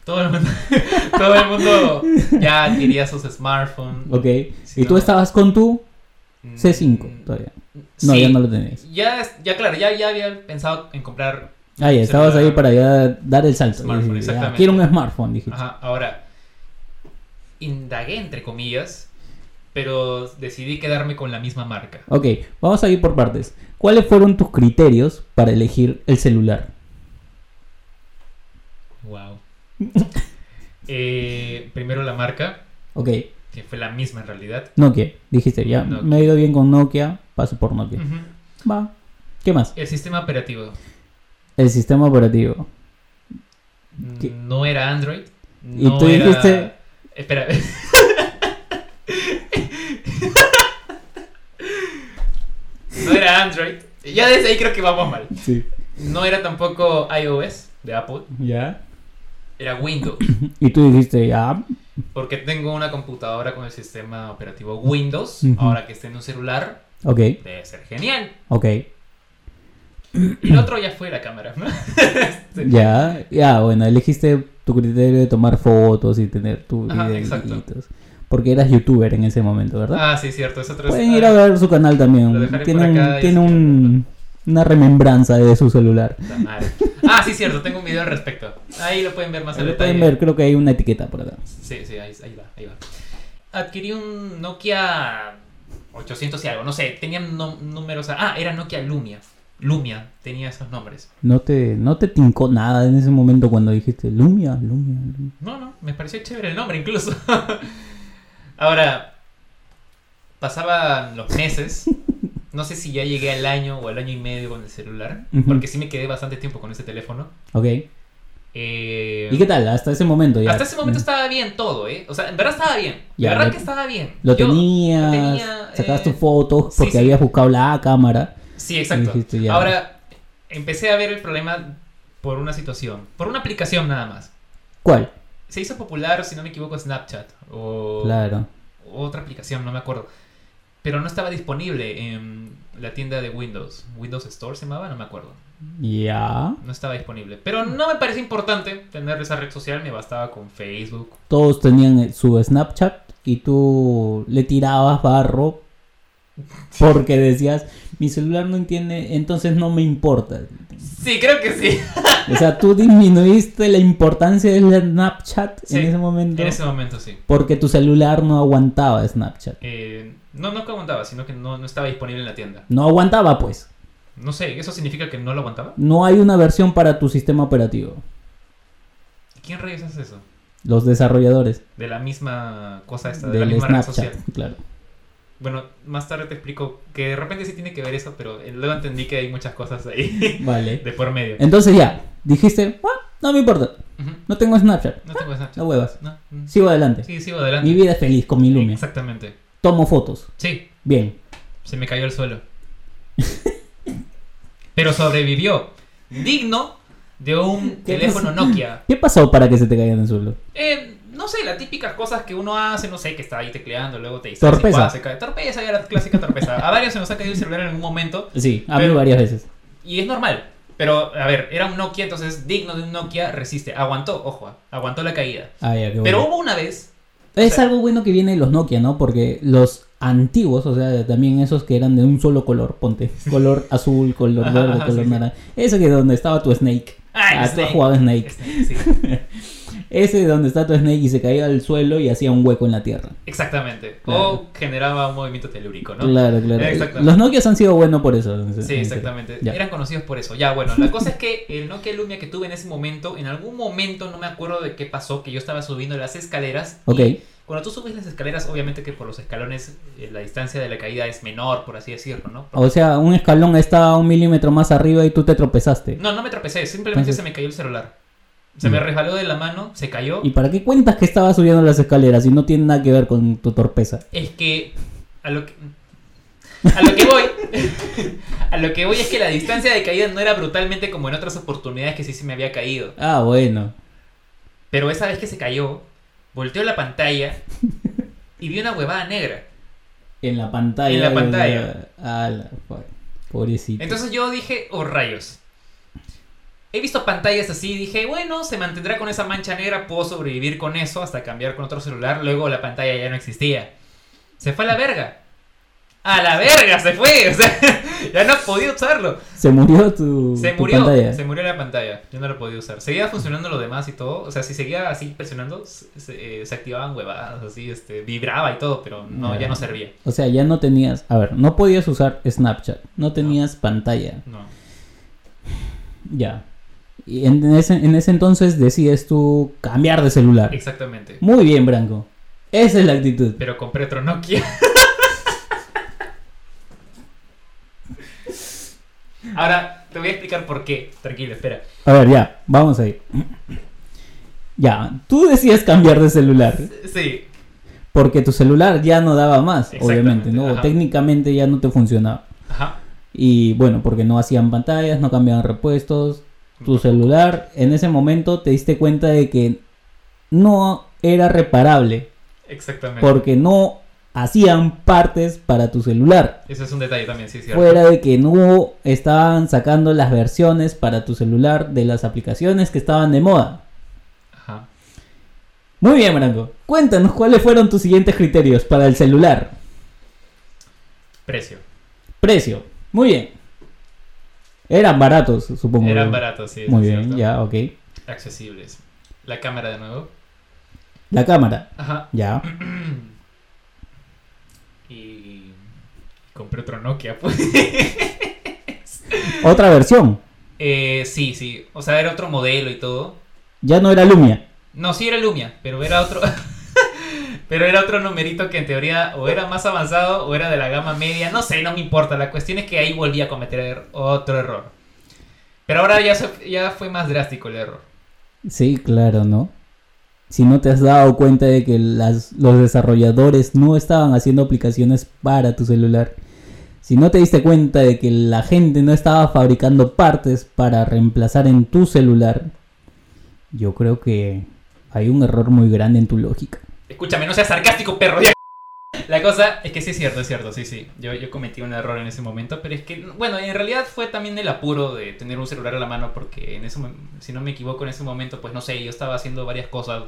[SPEAKER 2] Todo el mundo, todo el mundo ya quería sus smartphones.
[SPEAKER 3] Ok.
[SPEAKER 2] Sí,
[SPEAKER 3] y tú
[SPEAKER 2] no.
[SPEAKER 3] estabas con tu
[SPEAKER 2] Mm,
[SPEAKER 3] C5 todavía. No,
[SPEAKER 2] sí.
[SPEAKER 3] ya no lo tenías.
[SPEAKER 2] Ya, es- ya, claro, ya, ya había pensado en comprar.
[SPEAKER 3] Ah, ya,
[SPEAKER 2] un
[SPEAKER 3] estabas ahí
[SPEAKER 2] celular.
[SPEAKER 3] para ya dar el salto.
[SPEAKER 2] Smartphone,
[SPEAKER 3] Dijiste, ya,
[SPEAKER 2] exactamente.
[SPEAKER 3] quiero un smartphone, dijiste.
[SPEAKER 2] Ajá, ahora. Indagué, entre comillas, pero decidí quedarme con la misma marca.
[SPEAKER 3] Ok, vamos a ir por partes. ¿Cuáles fueron tus criterios para elegir el celular?
[SPEAKER 2] Wow. Eh, primero la marca,
[SPEAKER 3] Ok,
[SPEAKER 2] que fue la misma en realidad.
[SPEAKER 3] Nokia. Dijiste, ya
[SPEAKER 2] Nokia. Mm.
[SPEAKER 3] me he ido bien con Nokia, paso por Nokia.
[SPEAKER 2] Ujú.
[SPEAKER 3] Va. ¿Qué más?
[SPEAKER 2] El sistema operativo.
[SPEAKER 3] El sistema operativo. ¿Qué?
[SPEAKER 2] Mm, No era Android.
[SPEAKER 3] ¿Y
[SPEAKER 2] No
[SPEAKER 3] tú
[SPEAKER 2] era-
[SPEAKER 3] dijiste?
[SPEAKER 2] Espera. no era Android. Ya desde ahí creo que vamos mal.
[SPEAKER 3] Sí.
[SPEAKER 2] No era tampoco iOS de Apple.
[SPEAKER 3] ¿Ya?
[SPEAKER 2] Era Windows.
[SPEAKER 3] Y tú dijiste, ya.
[SPEAKER 2] Porque tengo una computadora con el sistema operativo Windows.
[SPEAKER 3] Ujú.
[SPEAKER 2] Ahora que esté en un celular,
[SPEAKER 3] Ok,
[SPEAKER 2] debe ser genial.
[SPEAKER 3] ok.
[SPEAKER 2] El otro ya fue la cámara, ¿no? Este,
[SPEAKER 3] Ya, ya, bueno, elegiste tu criterio de tomar fotos y tener tu
[SPEAKER 2] Ajá,
[SPEAKER 3] videítos.
[SPEAKER 2] exacto.
[SPEAKER 3] Porque eras youtuber en ese momento, ¿verdad?
[SPEAKER 2] Ah, sí, cierto. Es otra
[SPEAKER 3] Pueden ir a ver su canal
[SPEAKER 2] lo
[SPEAKER 3] también.
[SPEAKER 2] dejaré
[SPEAKER 3] Tiene,
[SPEAKER 2] por acá
[SPEAKER 3] un-
[SPEAKER 2] y
[SPEAKER 3] tiene
[SPEAKER 2] si
[SPEAKER 3] un- una remembranza de su celular.
[SPEAKER 2] Puta madre. Ah, sí, cierto. Tengo un video al respecto. Ahí lo pueden ver más al
[SPEAKER 3] Lo
[SPEAKER 2] detalle.
[SPEAKER 3] pueden ver, creo que hay una etiqueta por acá.
[SPEAKER 2] Sí, sí, ahí, ahí va, ahí va. Adquirí un Nokia 800 y algo, no sé, tenían no- números... Ah, era Nokia Lumia. Lumia tenía esos nombres.
[SPEAKER 3] No te, no te tincó nada en ese momento cuando dijiste Lumia, Lumia, Lumia.
[SPEAKER 2] No, no, me pareció chévere el nombre incluso. Ahora, pasaban los meses. No sé si ya llegué al año o al año y medio con el celular,
[SPEAKER 3] Ujú.
[SPEAKER 2] porque sí me quedé bastante tiempo con ese teléfono.
[SPEAKER 3] Ok.
[SPEAKER 2] Eh,
[SPEAKER 3] ¿Y qué tal? Hasta ese momento ya.
[SPEAKER 2] Hasta ese momento estaba bien todo, ¿eh? O sea, en verdad estaba bien.
[SPEAKER 3] Ya,
[SPEAKER 2] la verdad
[SPEAKER 3] lo-
[SPEAKER 2] que estaba bien.
[SPEAKER 3] Lo
[SPEAKER 2] Yo-
[SPEAKER 3] tenías,
[SPEAKER 2] tenía,
[SPEAKER 3] sacabas
[SPEAKER 2] eh,
[SPEAKER 3] tus fotos
[SPEAKER 2] sí,
[SPEAKER 3] porque
[SPEAKER 2] sí.
[SPEAKER 3] habías buscado la cámara.
[SPEAKER 2] Sí, exacto.
[SPEAKER 3] Dijiste, ya.
[SPEAKER 2] Ahora, empecé a ver el problema por una situación, por una aplicación nada más.
[SPEAKER 3] ¿Cuál?
[SPEAKER 2] Se hizo popular, si no me equivoco, Snapchat o
[SPEAKER 3] Claro.
[SPEAKER 2] otra aplicación, no me acuerdo. Pero no estaba disponible en la tienda de Windows. Windows Store se llamaba, no me acuerdo.
[SPEAKER 3] Ya.
[SPEAKER 2] No estaba disponible. Pero no me parece importante tener esa red social, me bastaba con Facebook.
[SPEAKER 3] Todos tenían eh, su Snapchat y tú le tirabas barro porque decías, mi celular no entiende, entonces no me importa.
[SPEAKER 2] Sí, creo que sí.
[SPEAKER 3] O sea, tú disminuiste la importancia del Snapchat
[SPEAKER 2] Sí,
[SPEAKER 3] en ese momento
[SPEAKER 2] En ese momento sí.
[SPEAKER 3] porque tu celular no aguantaba Snapchat.
[SPEAKER 2] Eh, no, no que aguantaba, sino que no, no estaba disponible en la tienda.
[SPEAKER 3] No aguantaba, pues.
[SPEAKER 2] No sé, ¿eso significa que no lo aguantaba?
[SPEAKER 3] No hay una versión para tu sistema operativo.
[SPEAKER 2] ¿Quién reyes hace eso?
[SPEAKER 3] Los desarrolladores
[SPEAKER 2] De la misma cosa esta, de la
[SPEAKER 3] del
[SPEAKER 2] misma red
[SPEAKER 3] Snapchat,
[SPEAKER 2] social.
[SPEAKER 3] claro.
[SPEAKER 2] Bueno, más tarde te explico que de repente sí tiene que ver eso, pero eh, luego entendí que hay muchas cosas ahí
[SPEAKER 3] Vale.
[SPEAKER 2] de por medio.
[SPEAKER 3] Entonces ya, dijiste, "Ah, no me importa,
[SPEAKER 2] Ujú.
[SPEAKER 3] no tengo Snapchat,
[SPEAKER 2] No tengo Snapchat.
[SPEAKER 3] no huevas,
[SPEAKER 2] No, mm.
[SPEAKER 3] sigo adelante.
[SPEAKER 2] Sí, sigo adelante.
[SPEAKER 3] Mi vida es feliz con mi Lumia.
[SPEAKER 2] Exactamente.
[SPEAKER 3] Tomo fotos.
[SPEAKER 2] Sí,
[SPEAKER 3] Bien.
[SPEAKER 2] se me cayó al suelo. Pero sobrevivió. Digno de un
[SPEAKER 3] ¿Qué
[SPEAKER 2] teléfono
[SPEAKER 3] pasó?
[SPEAKER 2] Nokia.
[SPEAKER 3] ¿Qué pasó para que se te caigan en el suelo?
[SPEAKER 2] Eh, no sé, las típicas cosas que uno hace, no sé, que está ahí tecleando, luego te dice...
[SPEAKER 3] Torpeza.
[SPEAKER 2] Se cae. Torpeza, ya la clásica torpeza. A varios se nos ha caído el celular en algún momento.
[SPEAKER 3] Sí, a mí
[SPEAKER 2] Pero-
[SPEAKER 3] varias veces.
[SPEAKER 2] Y es normal. Pero, a ver, era un Nokia, entonces digno de un Nokia, resiste. Aguantó, ojo, aguantó la caída.
[SPEAKER 3] Ah, ya, qué bueno.
[SPEAKER 2] Pero hubo una vez.
[SPEAKER 3] es
[SPEAKER 2] o sea-
[SPEAKER 3] algo bueno que viene de los Nokia, ¿no? Porque los antiguos, o sea, también esos que eran de un solo color, ponte, color azul, color
[SPEAKER 2] Ajá,
[SPEAKER 3] verde,
[SPEAKER 2] ajá,
[SPEAKER 3] color
[SPEAKER 2] sí, sí.
[SPEAKER 3] naranja. Ese que donde estaba tu Snake.
[SPEAKER 2] Ah, el
[SPEAKER 3] Ah, tú has
[SPEAKER 2] Snake.
[SPEAKER 3] jugado Snake.
[SPEAKER 2] Snake, sí.
[SPEAKER 3] Ese de donde está tu Snake y se caía al suelo y hacía un hueco en la tierra.
[SPEAKER 2] Exactamente.
[SPEAKER 3] Claro.
[SPEAKER 2] O generaba un movimiento telúrico, ¿no?
[SPEAKER 3] Claro, claro.
[SPEAKER 2] Exactamente.
[SPEAKER 3] Los Nokias han sido buenos por eso.
[SPEAKER 2] Sí, exactamente.
[SPEAKER 3] Ya.
[SPEAKER 2] Eran conocidos por eso. Ya, bueno, la cosa es que el Nokia Lumia que tuve en ese momento, en algún momento, no me acuerdo de qué pasó, que yo estaba subiendo las escaleras. y
[SPEAKER 3] Ok,
[SPEAKER 2] cuando tú subes las escaleras, obviamente que por los escalones eh, la distancia de la caída es menor, por así decirlo, ¿no?
[SPEAKER 3] o sea, un escalón está un milímetro más arriba y tú te tropezaste.
[SPEAKER 2] No, no me tropecé, simplemente
[SPEAKER 3] Entonces- Mm.
[SPEAKER 2] se me cayó el celular. Se me resbaló de la mano, se cayó.
[SPEAKER 3] ¿Y para qué cuentas que estabas subiendo las escaleras y no tiene nada que ver con tu torpeza?
[SPEAKER 2] Es que a lo que a lo que voy a lo que voy es que la distancia de caída no era brutalmente como en otras oportunidades que sí se me había caído,
[SPEAKER 3] Ah, bueno.
[SPEAKER 2] pero esa vez que se cayó, volteó la pantalla y vi una huevada negra.
[SPEAKER 3] En la pantalla.
[SPEAKER 2] En la
[SPEAKER 3] de-
[SPEAKER 2] pantalla.
[SPEAKER 3] Ah, la... po- Pobrecito.
[SPEAKER 2] Entonces yo dije, "Oh rayos." He visto pantallas así, dije, bueno, se mantendrá con esa mancha negra, puedo sobrevivir con eso hasta cambiar con otro celular, luego la pantalla ya no existía. Se fue a la verga. A la verga se fue, o sea, ya no podía usarlo.
[SPEAKER 3] Se murió tu,
[SPEAKER 2] Se
[SPEAKER 3] tu
[SPEAKER 2] murió,
[SPEAKER 3] pantalla.
[SPEAKER 2] se murió la pantalla, yo no la podía usar. Seguía funcionando lo demás y todo, o sea, si seguía así presionando, se, se- eh, se activaban huevadas, así, este, vibraba y todo, pero no, ya no servía.
[SPEAKER 3] O sea, ya no tenías. A ver, no podías usar Snapchat. No tenías pantalla.
[SPEAKER 2] No.
[SPEAKER 3] Ya. Y en ese, en ese entonces decides tú cambiar de celular.
[SPEAKER 2] Exactamente.
[SPEAKER 3] Muy bien, Branco. Esa es la actitud.
[SPEAKER 2] Pero compré otro Nokia. Ahora, te voy a explicar por qué. Tranquilo, espera.
[SPEAKER 3] A ver, ya, vamos ahí. Ya, tú decías cambiar de celular.
[SPEAKER 2] Sí,
[SPEAKER 3] Porque tu celular ya no daba más, obviamente,
[SPEAKER 2] Exactamente,
[SPEAKER 3] ¿no?
[SPEAKER 2] ajá.
[SPEAKER 3] Técnicamente ya no te funcionaba.
[SPEAKER 2] ajá.
[SPEAKER 3] Y bueno, porque no hacían pantallas, no cambiaban repuestos. Tu celular, en ese momento te diste cuenta de que no era reparable.
[SPEAKER 2] Exactamente.
[SPEAKER 3] Porque no hacían partes para tu celular.
[SPEAKER 2] Ese es un detalle también, sí, es cierto.
[SPEAKER 3] Fuera de que no estaban sacando las versiones para tu celular de las aplicaciones que estaban de moda.
[SPEAKER 2] Ajá.
[SPEAKER 3] Muy bien, Branco. Cuéntanos cuáles fueron tus siguientes criterios para el celular.
[SPEAKER 2] Precio.
[SPEAKER 3] Precio. Muy bien. Eran baratos, supongo.
[SPEAKER 2] Eran baratos, sí. eso
[SPEAKER 3] Muy
[SPEAKER 2] es
[SPEAKER 3] bien,
[SPEAKER 2] cierto.
[SPEAKER 3] ya, ok.
[SPEAKER 2] Accesibles. La cámara de nuevo.
[SPEAKER 3] La cámara,
[SPEAKER 2] Ajá.
[SPEAKER 3] ya.
[SPEAKER 2] Y compré otro Nokia, pues.
[SPEAKER 3] Otra versión.
[SPEAKER 2] Eh, sí, sí. O sea, era otro modelo y todo.
[SPEAKER 3] Ya no era Lumia.
[SPEAKER 2] No, sí era Lumia, pero era otro. pero era otro numerito que en teoría o era más avanzado o era de la gama media. No sé, no me importa. La cuestión es que ahí volví a cometer er-, otro error. Pero ahora ya, se- ya fue más drástico el error.
[SPEAKER 3] Sí, claro, ¿no? Si no te has dado cuenta de que las- los desarrolladores no estaban haciendo aplicaciones para tu celular. Si no te diste cuenta de que la gente no estaba fabricando partes para reemplazar en tu celular, yo creo que hay un error muy grande en tu lógica.
[SPEAKER 2] Escúchame, no seas sarcástico, perro. ya. La cosa es que sí es cierto, es cierto, sí, sí. Yo, yo cometí un error en ese momento, pero es que, bueno, en realidad fue también el apuro de tener un celular a la mano, porque en ese, mom- si no me equivoco, en ese momento, pues no sé, yo estaba haciendo varias cosas,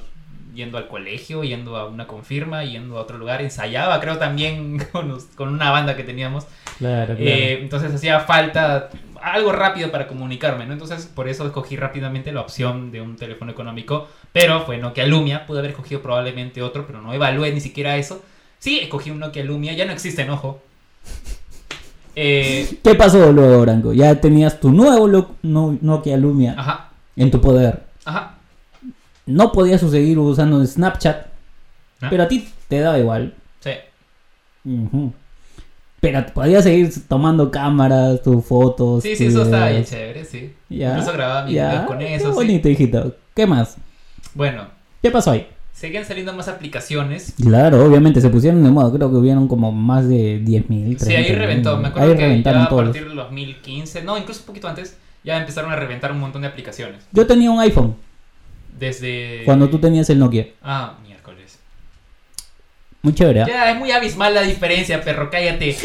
[SPEAKER 2] yendo al colegio, yendo a una confirma, yendo a otro lugar, ensayaba, creo también, con, los- con una banda que teníamos.
[SPEAKER 3] Claro,
[SPEAKER 2] Eh, entonces hacía falta algo rápido para comunicarme, ¿no? Entonces por eso escogí rápidamente la opción de un teléfono económico, pero fue Nokia Lumia, pude haber escogido probablemente otro, pero no evalué ni siquiera eso. Sí, escogí un Nokia Lumia, ya no existen, ojo. Eh,
[SPEAKER 3] ¿Qué pasó luego, Branco? Ya tenías tu nuevo lo- no- Nokia Lumia
[SPEAKER 2] ajá,
[SPEAKER 3] en tu poder.
[SPEAKER 2] ajá.
[SPEAKER 3] No podías seguir usando Snapchat,
[SPEAKER 2] Ah.
[SPEAKER 3] pero a ti te daba igual.
[SPEAKER 2] Sí,
[SPEAKER 3] Ujú. Pero podías seguir tomando cámaras, tus fotos.
[SPEAKER 2] sí,
[SPEAKER 3] tus
[SPEAKER 2] sí, eso estaba bien
[SPEAKER 3] videos.
[SPEAKER 2] chévere, sí.
[SPEAKER 3] Ya,
[SPEAKER 2] Incluso grababa mis
[SPEAKER 3] ya.
[SPEAKER 2] videos con
[SPEAKER 3] Qué
[SPEAKER 2] eso, sí.
[SPEAKER 3] bonito, hijito. ¿Qué más?
[SPEAKER 2] Bueno,
[SPEAKER 3] ¿Qué pasó ahí?
[SPEAKER 2] seguían saliendo más aplicaciones,
[SPEAKER 3] Claro, obviamente se pusieron de moda. Creo que hubieron como más de 10.000.
[SPEAKER 2] Sí, ahí
[SPEAKER 3] 30.000.
[SPEAKER 2] reventó. Me acuerdo
[SPEAKER 3] Ahí
[SPEAKER 2] que
[SPEAKER 3] reventaron
[SPEAKER 2] ya a
[SPEAKER 3] todos.
[SPEAKER 2] partir del 2015, no, incluso un poquito antes, ya empezaron a reventar un montón de aplicaciones.
[SPEAKER 3] Yo tenía un iPhone
[SPEAKER 2] Desde.
[SPEAKER 3] cuando tú tenías el Nokia.
[SPEAKER 2] Ah, miércoles.
[SPEAKER 3] Muy chévere. ¿ah?
[SPEAKER 2] Ya, es muy abismal la diferencia, perro, cállate.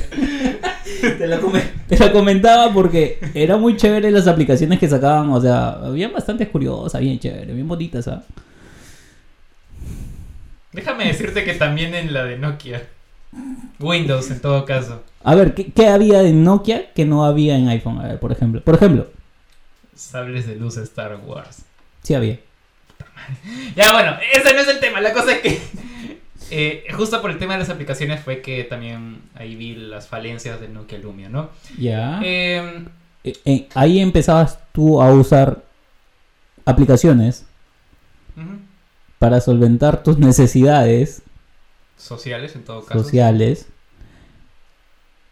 [SPEAKER 3] Te lo, come- te lo comentaba porque era muy chévere las aplicaciones que sacaban. O sea, habían bastantes curiosas, bien chéveres, bien bonitas. ¿ah?
[SPEAKER 2] Déjame decirte que también en la de Nokia. Windows, en todo caso.
[SPEAKER 3] A ver, ¿qué, qué había en Nokia que no había en iPhone? A ver, por ejemplo. Por ejemplo,
[SPEAKER 2] Sables de luz Star Wars.
[SPEAKER 3] sí había.
[SPEAKER 2] Ya, bueno, ese no es el tema. La cosa es que. eh, justo por el tema de las aplicaciones fue que también ahí vi las falencias del Nokia Lumia, ¿no?
[SPEAKER 3] Ya.
[SPEAKER 2] Eh,
[SPEAKER 3] Eh, eh, ahí empezabas tú a usar aplicaciones
[SPEAKER 2] ujú.
[SPEAKER 3] para solventar tus necesidades
[SPEAKER 2] Sociales, en todo caso.
[SPEAKER 3] sociales.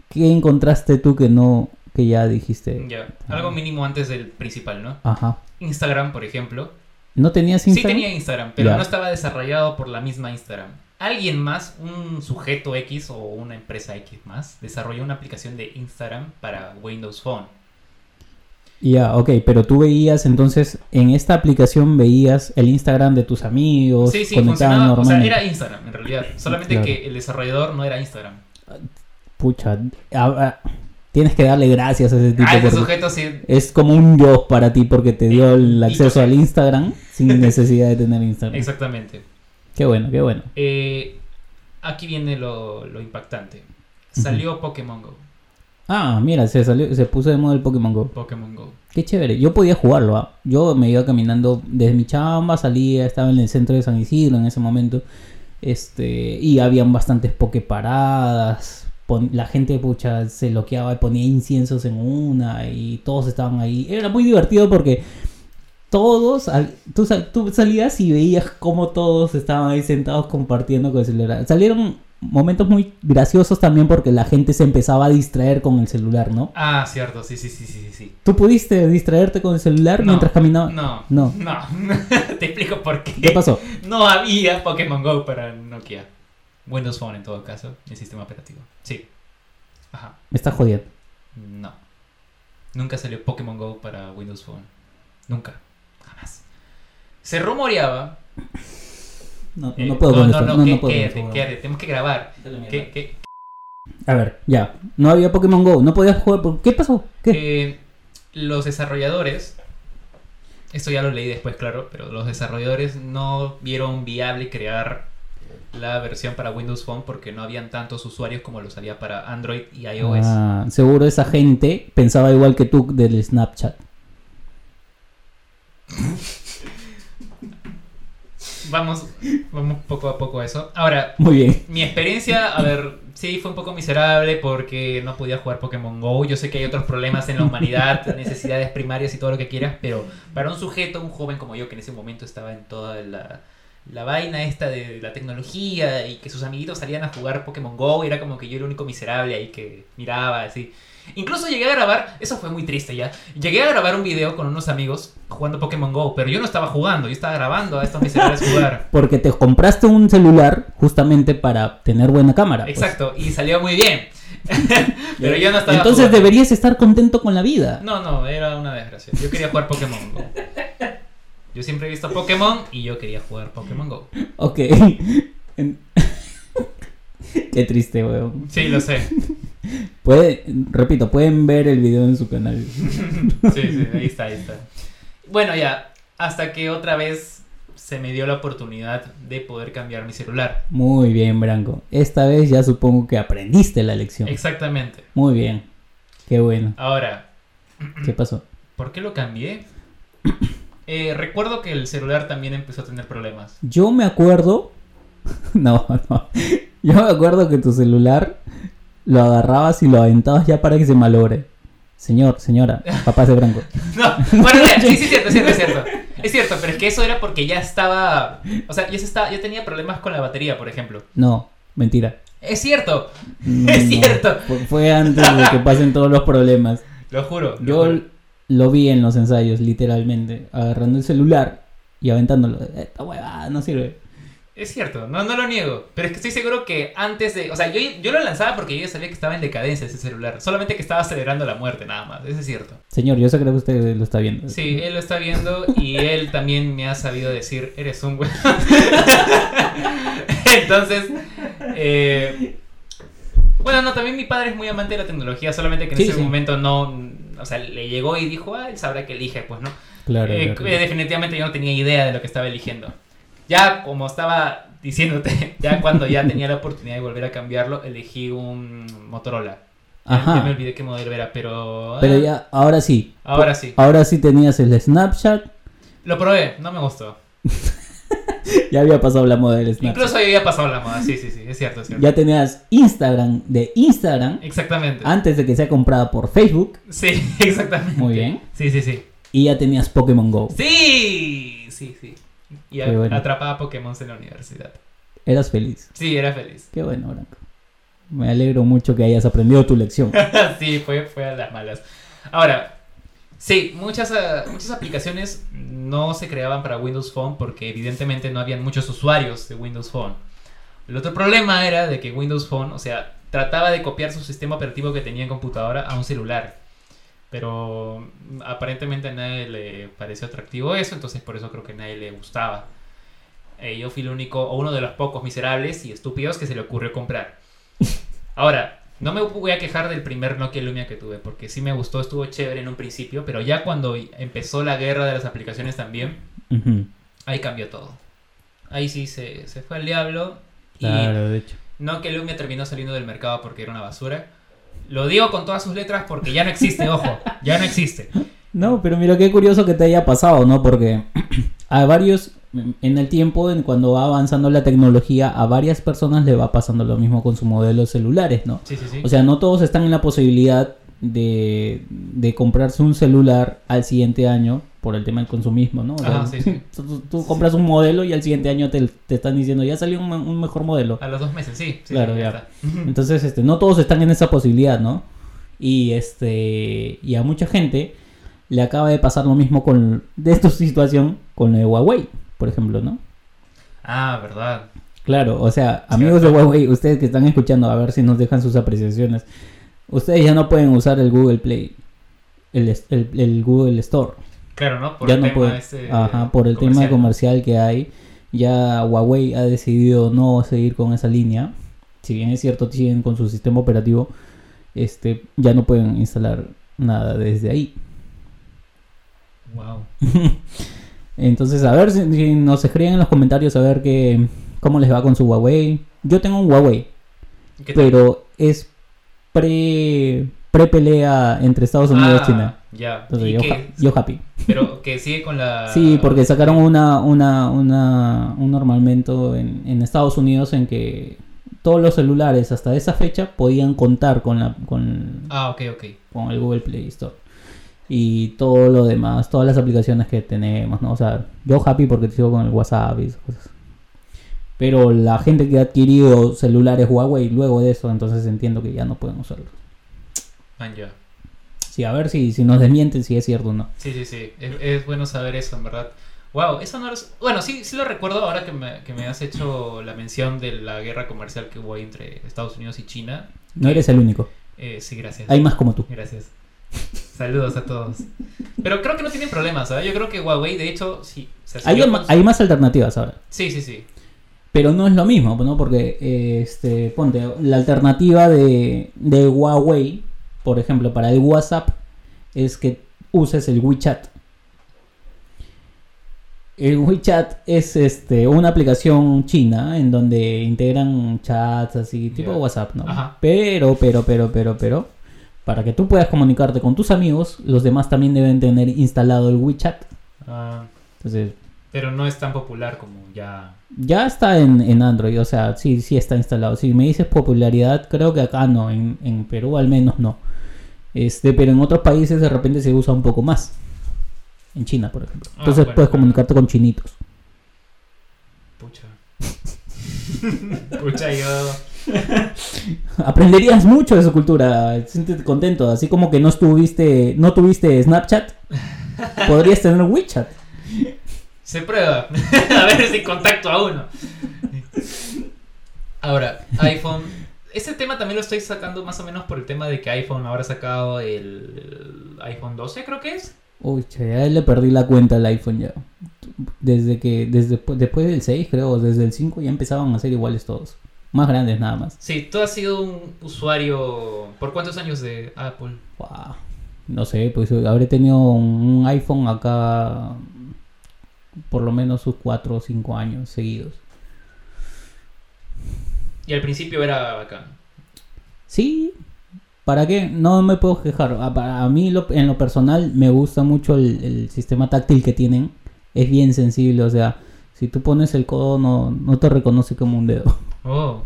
[SPEAKER 3] ¿Qué encontraste tú que no, que ya dijiste?
[SPEAKER 2] Ya, algo mínimo antes del principal, ¿no?
[SPEAKER 3] Ajá.
[SPEAKER 2] Instagram, por ejemplo.
[SPEAKER 3] ¿No tenías
[SPEAKER 2] Sí
[SPEAKER 3] Instagram?
[SPEAKER 2] tenía Instagram, pero
[SPEAKER 3] Ya.
[SPEAKER 2] no estaba desarrollado por la misma Instagram. Alguien más, un sujeto X o una empresa X más, desarrolló una aplicación de Instagram para Windows Phone.
[SPEAKER 3] Ya, ok, pero tú veías entonces, en esta aplicación veías el Instagram de tus amigos,
[SPEAKER 2] Sí, sí,
[SPEAKER 3] conectaban
[SPEAKER 2] funcionaba. O sea,
[SPEAKER 3] normalmente.
[SPEAKER 2] era Instagram en realidad. Solamente
[SPEAKER 3] Claro.
[SPEAKER 2] que el desarrollador no era Instagram.
[SPEAKER 3] Pucha, ah, ah, tienes que darle gracias a ese tipo
[SPEAKER 2] Ah, ese
[SPEAKER 3] porque
[SPEAKER 2] sujeto sí.
[SPEAKER 3] es como un yo para ti porque te dio el
[SPEAKER 2] Y-
[SPEAKER 3] acceso al Instagram sin necesidad de tener Instagram.
[SPEAKER 2] Exactamente.
[SPEAKER 3] Qué bueno, qué bueno.
[SPEAKER 2] Eh, aquí viene lo, lo impactante. Salió Pokémon Go.
[SPEAKER 3] Ah, mira, se salió, se puso de moda el Pokémon Go.
[SPEAKER 2] Pokémon Go.
[SPEAKER 3] Qué chévere. Yo podía jugarlo. ¿ah? Yo me iba caminando desde mi chamba, salía, estaba en el centro de San Isidro en ese momento. Este, y habían bastantes pokeparadas. Pon- la gente pucha se loqueaba y ponía inciensos en una y todos estaban ahí. Era muy divertido porque todos, al- tú, sal- tú salías y veías cómo todos estaban ahí sentados compartiendo con el celular. Salieron momentos muy graciosos también porque la gente se empezaba a distraer con el celular, ¿no?
[SPEAKER 2] Ah, cierto, sí, sí, sí, sí, sí, sí.
[SPEAKER 3] ¿Tú pudiste distraerte con el celular
[SPEAKER 2] No,
[SPEAKER 3] mientras caminaba?
[SPEAKER 2] No.
[SPEAKER 3] No.
[SPEAKER 2] No. Te explico por qué.
[SPEAKER 3] ¿Qué pasó?
[SPEAKER 2] No había Pokémon Go para Nokia. Windows Phone en todo caso, el sistema operativo. Sí. Ajá.
[SPEAKER 3] Me está jodiendo.
[SPEAKER 2] No. Nunca salió Pokémon Go para Windows Phone. Nunca. Jamás. Se rumoreaba
[SPEAKER 3] No,
[SPEAKER 2] Eh,
[SPEAKER 3] no puedo contestar. No, no,
[SPEAKER 2] que-
[SPEAKER 3] puedo
[SPEAKER 2] quédate,
[SPEAKER 3] contestar.
[SPEAKER 2] quédate, tenemos que grabar.
[SPEAKER 3] Dale, mierda.
[SPEAKER 2] Que- que-
[SPEAKER 3] A ver, ya. No había Pokémon Go. No podías jugar. por- ¿Qué pasó? ¿Qué?
[SPEAKER 2] eh, los desarrolladores, esto ya lo leí después, claro, pero los desarrolladores no vieron viable crear la versión para Windows Phone porque no habían tantos usuarios como los había para Android y iOS.
[SPEAKER 3] Ah, seguro esa gente pensaba igual que tú del Snapchat.
[SPEAKER 2] Vamos, vamos poco a poco a eso. Ahora,
[SPEAKER 3] Muy bien.
[SPEAKER 2] mi experiencia, a ver, sí fue un poco miserable porque no podía jugar Pokémon Go. Yo sé que hay otros problemas en la humanidad, necesidades primarias y todo lo que quieras, pero para un sujeto, un joven como yo, que en ese momento estaba en toda la, la vaina esta de la tecnología y que sus amiguitos salían a jugar Pokémon Go, y era como que yo era el único miserable ahí que miraba así. Incluso llegué a grabar, eso fue muy triste ya, llegué a grabar un video con unos amigos jugando Pokémon Go, pero yo no estaba jugando, yo estaba grabando a estos miserables jugar.
[SPEAKER 3] Porque te compraste un celular justamente para tener buena cámara. pues.
[SPEAKER 2] Exacto, y salió muy bien. Pero yo no estaba.
[SPEAKER 3] Entonces
[SPEAKER 2] jugando.
[SPEAKER 3] deberías estar contento con la vida.
[SPEAKER 2] No, no, era una desgracia. Yo quería jugar Pokémon Go. Yo siempre he visto Pokémon y yo quería jugar Pokémon Go.
[SPEAKER 3] Ok. En- Qué triste, weón.
[SPEAKER 2] Sí, lo sé.
[SPEAKER 3] Puede, repito, pueden ver el video en su canal.
[SPEAKER 2] Sí, sí, ahí está, ahí está. Bueno, ya, hasta que otra vez se me dio la oportunidad de poder cambiar mi celular.
[SPEAKER 3] Muy bien, Branco. Esta vez ya supongo que aprendiste la lección.
[SPEAKER 2] Exactamente.
[SPEAKER 3] Muy bien. Qué bueno.
[SPEAKER 2] Ahora,
[SPEAKER 3] ¿Qué pasó?
[SPEAKER 2] ¿por qué lo cambié? Eh, recuerdo que el celular también empezó a tener problemas.
[SPEAKER 3] Yo me acuerdo. No, no. Yo me acuerdo que tu celular lo agarrabas y lo aventabas ya para que se malogre. Señor, señora, papás de Branco.
[SPEAKER 2] No, bueno, mira, sí, sí, es cierto, es cierto, es cierto. Es cierto, pero es que eso era porque ya estaba. O sea, ya, se estaba, ya tenía problemas con la batería, por ejemplo.
[SPEAKER 3] No, mentira.
[SPEAKER 2] Es cierto,
[SPEAKER 3] No,
[SPEAKER 2] Es
[SPEAKER 3] no.
[SPEAKER 2] cierto.
[SPEAKER 3] Fue, fue antes de que pasen todos los problemas.
[SPEAKER 2] lo juro. lo
[SPEAKER 3] Yo
[SPEAKER 2] juro.
[SPEAKER 3] lo vi en los ensayos, literalmente, agarrando el celular y aventándolo. Esta huevada no sirve.
[SPEAKER 2] Es cierto, no, no lo niego. Pero es que estoy seguro que antes de. O sea, yo, yo lo lanzaba porque yo ya sabía que estaba en decadencia ese celular. Solamente que estaba celebrando la muerte, nada más. Eso es cierto.
[SPEAKER 3] Señor, yo sé que usted lo está viendo.
[SPEAKER 2] Sí, él lo está viendo y él también me ha sabido decir, eres un güey. Entonces, eh, bueno, no, también mi padre es muy amante de la tecnología, solamente que en
[SPEAKER 3] Sí,
[SPEAKER 2] ese
[SPEAKER 3] sí.
[SPEAKER 2] momento no, o sea, le llegó y dijo, ah, él sabrá que elige, pues no.
[SPEAKER 3] Claro.
[SPEAKER 2] Eh,
[SPEAKER 3] claro.
[SPEAKER 2] eh, definitivamente yo no tenía idea de lo que estaba eligiendo. Ya, como estaba diciéndote, ya cuando ya tenía la oportunidad de volver a cambiarlo, elegí un Motorola. Ya-
[SPEAKER 3] Ajá.
[SPEAKER 2] Ya me olvidé qué modelo era, pero...
[SPEAKER 3] Pero
[SPEAKER 2] ah,
[SPEAKER 3] ya, ahora sí.
[SPEAKER 2] Ahora sí.
[SPEAKER 3] Ahora sí tenías el Snapchat.
[SPEAKER 2] Lo probé, no me gustó.
[SPEAKER 3] Ya había pasado la moda del Snapchat.
[SPEAKER 2] Incluso ahí había pasado la moda, sí, sí, sí, es cierto, es cierto.
[SPEAKER 3] Ya tenías Instagram de Instagram
[SPEAKER 2] Exactamente.
[SPEAKER 3] antes de que sea comprada por Facebook.
[SPEAKER 2] Sí, exactamente.
[SPEAKER 3] Ah. Muy bien.
[SPEAKER 2] Sí, sí, sí.
[SPEAKER 3] Y ya tenías Pokémon Go.
[SPEAKER 2] Sí, sí, sí. Y
[SPEAKER 3] Qué bueno.
[SPEAKER 2] atrapaba Pokémon en la universidad.
[SPEAKER 3] Eras feliz.
[SPEAKER 2] Sí, era feliz.
[SPEAKER 3] Qué bueno, Branco. Me alegro mucho que hayas aprendido tu lección.
[SPEAKER 2] sí, fue, fue a las malas. Ahora, sí, muchas, ah, muchas aplicaciones no se creaban para Windows Phone porque evidentemente no habían muchos usuarios de Windows Phone. El otro problema era de que Windows Phone, o sea, trataba de copiar su sistema operativo que tenía en computadora a un celular. Pero mm, aparentemente a nadie le pareció atractivo eso, entonces por eso creo que a nadie le gustaba. Eh, yo fui el único, o uno de los pocos miserables y estúpidos que se le ocurrió comprar. Ahora, no me voy a quejar del primer Nokia Lumia que tuve, porque sí me gustó, estuvo chévere en un principio, pero ya cuando empezó la guerra de las aplicaciones también,
[SPEAKER 3] Ujú.
[SPEAKER 2] ahí cambió todo. Ahí sí se, se fue al diablo
[SPEAKER 3] Claro, de hecho.
[SPEAKER 2] y Nokia Lumia terminó saliendo del mercado porque era una basura. Lo digo con todas sus letras porque ya no existe, ojo, ya no existe.
[SPEAKER 3] No, pero mira qué curioso que te haya pasado, ¿no? Porque a varios, en el tiempo, en cuando va avanzando la tecnología, a varias personas le va pasando lo mismo con su modelo de celulares, ¿no?
[SPEAKER 2] Sí, sí, sí.
[SPEAKER 3] O sea, no todos están en la posibilidad de, de comprarse un celular al siguiente año por el tema del consumismo, ¿no? O sea,
[SPEAKER 2] Ajá, sí, sí.
[SPEAKER 3] Tú, tú- tú compras un modelo y al siguiente año te, te están diciendo, ya salió un, un mejor modelo.
[SPEAKER 2] A los dos meses, sí. sí,
[SPEAKER 3] Claro,
[SPEAKER 2] sí,
[SPEAKER 3] ya.
[SPEAKER 2] está.
[SPEAKER 3] Entonces, este, no todos están en esa posibilidad, ¿no? Y este, y a mucha gente le acaba de pasar lo mismo con de esta situación con lo de Huawei, por ejemplo, ¿no?
[SPEAKER 2] Ah, verdad.
[SPEAKER 3] Claro, o sea, amigos de Huawei, ustedes que están escuchando, a ver si nos dejan sus apreciaciones. Ustedes ya no pueden usar el Google Play, el, es- el- el Google Store.
[SPEAKER 2] Claro, ¿no? Por
[SPEAKER 3] ya
[SPEAKER 2] el
[SPEAKER 3] no
[SPEAKER 2] tema
[SPEAKER 3] pueden.
[SPEAKER 2] ese,
[SPEAKER 3] Ajá, por el tema
[SPEAKER 2] comercial.
[SPEAKER 3] comercial que hay. ya Huawei ha decidido no seguir con esa línea. Si bien es cierto, siguen con su sistema operativo, este, ya no pueden instalar nada desde ahí.
[SPEAKER 2] Wow.
[SPEAKER 3] Entonces, a ver si, si nos escriben en los comentarios a ver que, cómo les va con su Huawei. Yo tengo un Huawei,
[SPEAKER 2] ¿Qué tal?
[SPEAKER 3] pero es pre, pelea entre Estados Unidos
[SPEAKER 2] Ah,
[SPEAKER 3] y China.
[SPEAKER 2] Ya.
[SPEAKER 3] Entonces,
[SPEAKER 2] ¿Y
[SPEAKER 3] yo,
[SPEAKER 2] qué?
[SPEAKER 3] ha- yo happy.
[SPEAKER 2] Pero que sigue con la.
[SPEAKER 3] Sí, porque sacaron una, una, una, un normalmente en, en Estados Unidos en que todos los celulares hasta esa fecha podían contar con, la, con,
[SPEAKER 2] Ah, ok, ok.
[SPEAKER 3] con el Google Play Store. Y todo lo demás, todas las aplicaciones que tenemos, ¿no? O sea, yo happy porque te sigo con el WhatsApp y esas cosas. Pero la gente que ha adquirido celulares Huawei luego de eso, entonces entiendo que ya no pueden usarlos.
[SPEAKER 2] Man, ya.
[SPEAKER 3] Sí, a ver si, si nos desmienten si es cierto o no.
[SPEAKER 2] Sí, sí, sí. Es, es bueno saber eso, en verdad. Wow, eso no lo... Bueno, sí, sí lo recuerdo ahora que me, que me has hecho la mención de la guerra comercial que hubo ahí entre Estados Unidos y China.
[SPEAKER 3] No eres el único.
[SPEAKER 2] Eh, sí, gracias.
[SPEAKER 3] Hay más como tú.
[SPEAKER 2] Gracias. Saludos a todos. Pero creo que no tienen problemas, ¿sabes? Yo creo que Huawei, de hecho, sí. se
[SPEAKER 3] Hay,
[SPEAKER 2] salió
[SPEAKER 3] ma-
[SPEAKER 2] con su-
[SPEAKER 3] hay más alternativas ahora.
[SPEAKER 2] Sí, sí, sí.
[SPEAKER 3] Pero no es lo mismo, ¿no? Porque, eh, este, ponte, la alternativa de, de Huawei, por ejemplo, para el WhatsApp, es que uses el WeChat. El WeChat es este, una aplicación china en donde integran chats así, tipo
[SPEAKER 2] Ya.
[SPEAKER 3] WhatsApp, ¿no?
[SPEAKER 2] Ajá.
[SPEAKER 3] Pero, pero, pero, pero, pero, para que tú puedas comunicarte con tus amigos, los demás también deben tener instalado el WeChat.
[SPEAKER 2] Ah,
[SPEAKER 3] Entonces,
[SPEAKER 2] pero no es tan popular como ya...
[SPEAKER 3] ya está en, en Android, o sea, sí, sí está instalado. Si me dices popularidad, creo que acá no, en, en Perú al menos no. Este, pero en otros países de repente se usa un poco más. En China, por ejemplo.
[SPEAKER 2] Ah,
[SPEAKER 3] Entonces
[SPEAKER 2] bueno,
[SPEAKER 3] puedes
[SPEAKER 2] claro.
[SPEAKER 3] comunicarte con chinitos.
[SPEAKER 2] Pucha. Pucha, yo...
[SPEAKER 3] Aprenderías mucho de su cultura. Siéntete contento. Así como que no estuviste, no tuviste Snapchat, podrías tener WeChat.
[SPEAKER 2] Se prueba. a ver si contacto a uno. Ahora, iPhone. Este tema también lo estoy sacando más o menos por el tema de que iPhone ahora ha sacado el iPhone 12, creo que es.
[SPEAKER 3] Uy, che, ya le perdí la cuenta al iPhone ya. Desde que, desde después del 6, creo, desde el 5 ya empezaban a ser iguales todos. Más grandes nada más.
[SPEAKER 2] Sí, tú has sido un usuario. ¿Por cuántos años de Apple?
[SPEAKER 3] Guau. No sé, pues habré tenido un iPhone acá por lo menos sus 4 o 5 años seguidos.
[SPEAKER 2] Y al principio era bacán.
[SPEAKER 3] Sí, ¿para qué? No me puedo quejar. A, para- a mí lo- en lo personal me gusta mucho el, el sistema táctil que tienen. Es bien sensible, o sea, si tú pones el codo no, no te reconoce como un dedo.
[SPEAKER 2] Oh,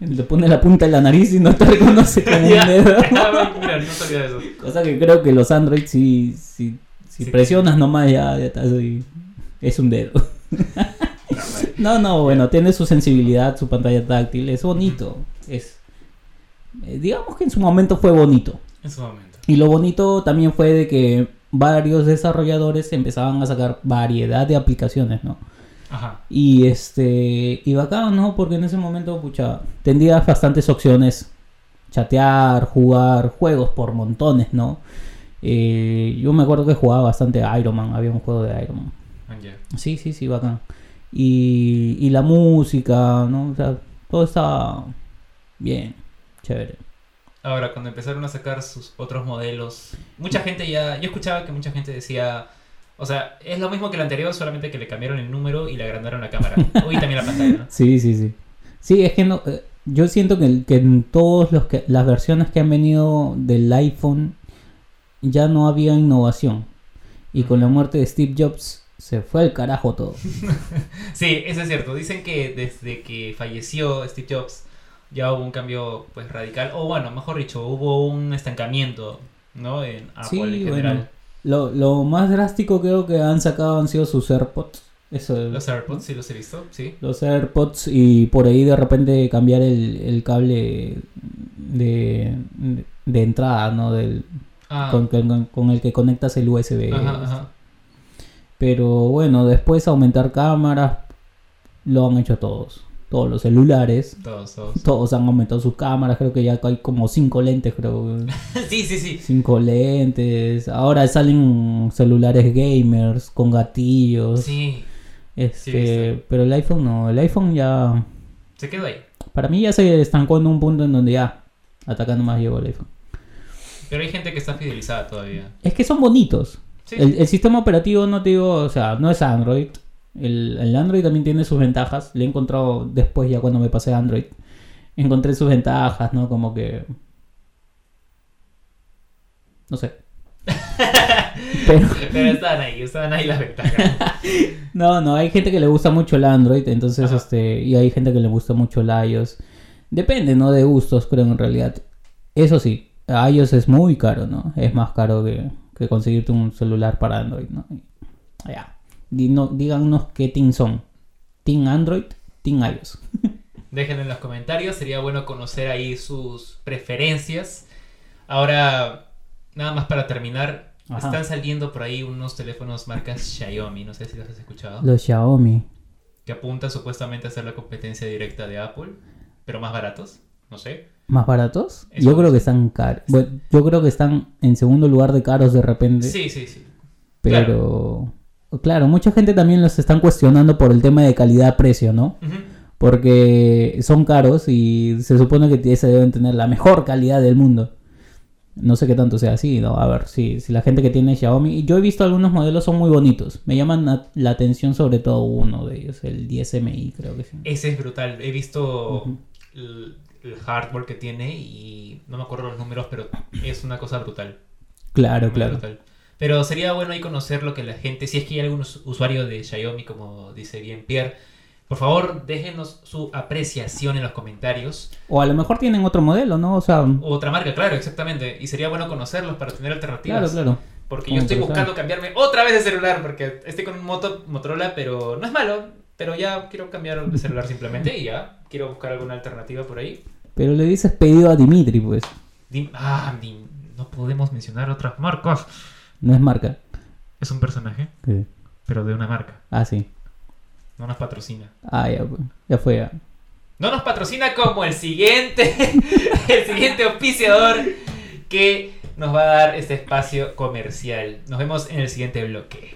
[SPEAKER 3] Le pone la punta de la nariz y no te reconoce como
[SPEAKER 2] Ya.
[SPEAKER 3] un dedo.
[SPEAKER 2] Mira, no sabía de eso.
[SPEAKER 3] Cosa que creo que los Android si, si, si
[SPEAKER 2] Sí.
[SPEAKER 3] presionas nomás ya, ya estás ahí. Es un dedo. no, no, bueno, tiene su sensibilidad, su pantalla táctil, es bonito. Es eh, digamos que en su momento fue bonito.
[SPEAKER 2] En su momento.
[SPEAKER 3] Y lo bonito también fue de que varios desarrolladores empezaban a sacar variedad de aplicaciones, ¿no?
[SPEAKER 2] Ajá.
[SPEAKER 3] Y este. Y bacán, ¿no? Porque en ese momento, pucha, tendrías bastantes opciones. Chatear, jugar, juegos por montones, ¿no? Eh, yo me acuerdo que jugaba bastante a Iron Man, había un juego de Iron Man.
[SPEAKER 2] Ah, ya.
[SPEAKER 3] Sí, sí, sí, bacán. Y, y la música, ¿no? O sea, todo estaba bien, chévere.
[SPEAKER 2] Ahora, cuando empezaron a sacar sus otros modelos, mucha gente ya. Yo escuchaba que mucha gente decía. O sea, es lo mismo que el anterior, solamente que le cambiaron el número y le agrandaron la cámara. Uy, también la pantalla, ¿no?
[SPEAKER 3] Sí, sí, sí. Sí, es que no, eh, yo siento que, que en todos los que las versiones que han venido del iPhone ya no había innovación. Y con la muerte de Steve Jobs se fue al carajo todo.
[SPEAKER 2] Sí, eso es cierto. Dicen que desde que falleció Steve Jobs ya hubo un cambio pues radical. O bueno, mejor dicho, hubo un estancamiento, ¿no? En Apple
[SPEAKER 3] sí,
[SPEAKER 2] en
[SPEAKER 3] bueno.
[SPEAKER 2] Ah, general.
[SPEAKER 3] Lo, lo más drástico creo que han sacado han sido sus AirPods. Eso,
[SPEAKER 2] Los AirPods, sí los he visto, sí.
[SPEAKER 3] los AirPods y por ahí de repente cambiar el, el cable de, de entrada, ¿no? Del,
[SPEAKER 2] Ah,
[SPEAKER 3] con, con- con el que conectas el USB.
[SPEAKER 2] ajá, ajá.
[SPEAKER 3] Pero bueno, después aumentar cámaras lo han hecho todos. Todos los celulares.
[SPEAKER 2] Todos, todos.
[SPEAKER 3] Todos han aumentado sus cámaras. Creo que ya hay como cinco lentes, creo.
[SPEAKER 2] sí, sí, sí.
[SPEAKER 3] Cinco lentes. Ahora salen celulares gamers con gatillos.
[SPEAKER 2] Sí.
[SPEAKER 3] Este,
[SPEAKER 2] Sí, sí.
[SPEAKER 3] pero el iPhone no, el iPhone ya
[SPEAKER 2] Se quedó ahí.
[SPEAKER 3] para mí ya se estancó en un punto en donde ya atacando más llegó el iPhone.
[SPEAKER 2] Pero hay gente que está fidelizada todavía.
[SPEAKER 3] Es que son bonitos.
[SPEAKER 2] Sí.
[SPEAKER 3] El, el sistema operativo no te digo, o sea, no es Android. El, el Android también tiene sus ventajas. Le he encontrado después ya cuando me pasé a Android. Encontré sus ventajas, ¿no? Como que... No sé. Pero...
[SPEAKER 2] Pero estaban ahí, estaban ahí las ventajas.
[SPEAKER 3] No, no, hay gente que le gusta mucho el Android, entonces,
[SPEAKER 2] Ajá.
[SPEAKER 3] este, y hay gente que le gusta mucho el iOS. Depende, ¿no? De gustos, creo, en realidad. Eso sí, iOS es muy caro, ¿no? Es más caro que, que conseguirte un celular para Android, ¿no? Y- Ya. Di- no- díganos qué team son. ¿Team Android? ¿Team iOS?
[SPEAKER 2] Déjenlo en los comentarios, sería bueno conocer ahí sus preferencias. Ahora, nada más para terminar,
[SPEAKER 3] Ajá.
[SPEAKER 2] están saliendo por ahí unos teléfonos marcas Xiaomi, no sé si los has escuchado,
[SPEAKER 3] Los Xiaomi.
[SPEAKER 2] que apuntan supuestamente a ser la competencia directa de Apple, pero más baratos, no sé.
[SPEAKER 3] ¿Más baratos?
[SPEAKER 2] Eso
[SPEAKER 3] yo creo
[SPEAKER 2] es.
[SPEAKER 3] que están caros. Bueno, yo creo que están en segundo lugar de caros de repente.
[SPEAKER 2] Sí, sí, sí.
[SPEAKER 3] Pero claro. mucha gente también los están cuestionando por el tema de calidad-precio, ¿no?
[SPEAKER 2] Ujú.
[SPEAKER 3] Porque son caros y se supone que t- se deben tener la mejor calidad del mundo. No sé qué tanto sea así, ¿no? A ver, si, si la gente que tiene Xiaomi... Yo he visto algunos modelos, son muy bonitos. Me llaman la- la atención sobre todo uno de ellos, el 10MI creo que sí.
[SPEAKER 2] Ese es brutal. He visto
[SPEAKER 3] Ujú.
[SPEAKER 2] el, el hardware que tiene y no me acuerdo los números, pero es una cosa brutal.
[SPEAKER 3] Claro,
[SPEAKER 2] Muy
[SPEAKER 3] claro.
[SPEAKER 2] brutal. Pero sería bueno ahí conocer lo que la gente, si es que hay algún us- usuario de Xiaomi, como dice bien Pierre, por favor déjenos su apreciación en los comentarios.
[SPEAKER 3] O a lo mejor tienen otro modelo, ¿no? O sea...
[SPEAKER 2] U Otra marca, claro, exactamente. Y sería bueno conocerlos para tener
[SPEAKER 3] Claro,
[SPEAKER 2] alternativas.
[SPEAKER 3] claro.
[SPEAKER 2] Porque
[SPEAKER 3] Como
[SPEAKER 2] yo estoy
[SPEAKER 3] interesante.
[SPEAKER 2] buscando cambiarme otra vez de celular, porque estoy con un moto, Motorola, pero no es malo. Pero ya quiero cambiar de celular simplemente y ya quiero buscar alguna alternativa por ahí.
[SPEAKER 3] Pero le dices pedido a Dimitri, pues.
[SPEAKER 2] Dim- ah, Dim- no podemos mencionar otras marcas.
[SPEAKER 3] No es marca.
[SPEAKER 2] Es un personaje,
[SPEAKER 3] Sí.
[SPEAKER 2] pero de una marca.
[SPEAKER 3] Ah, sí.
[SPEAKER 2] No nos patrocina.
[SPEAKER 3] Ah, ya, pues. ya fue. ya.
[SPEAKER 2] No nos patrocina como el siguiente, el siguiente auspiciador que nos va a dar este espacio comercial. Nos vemos en el siguiente bloque.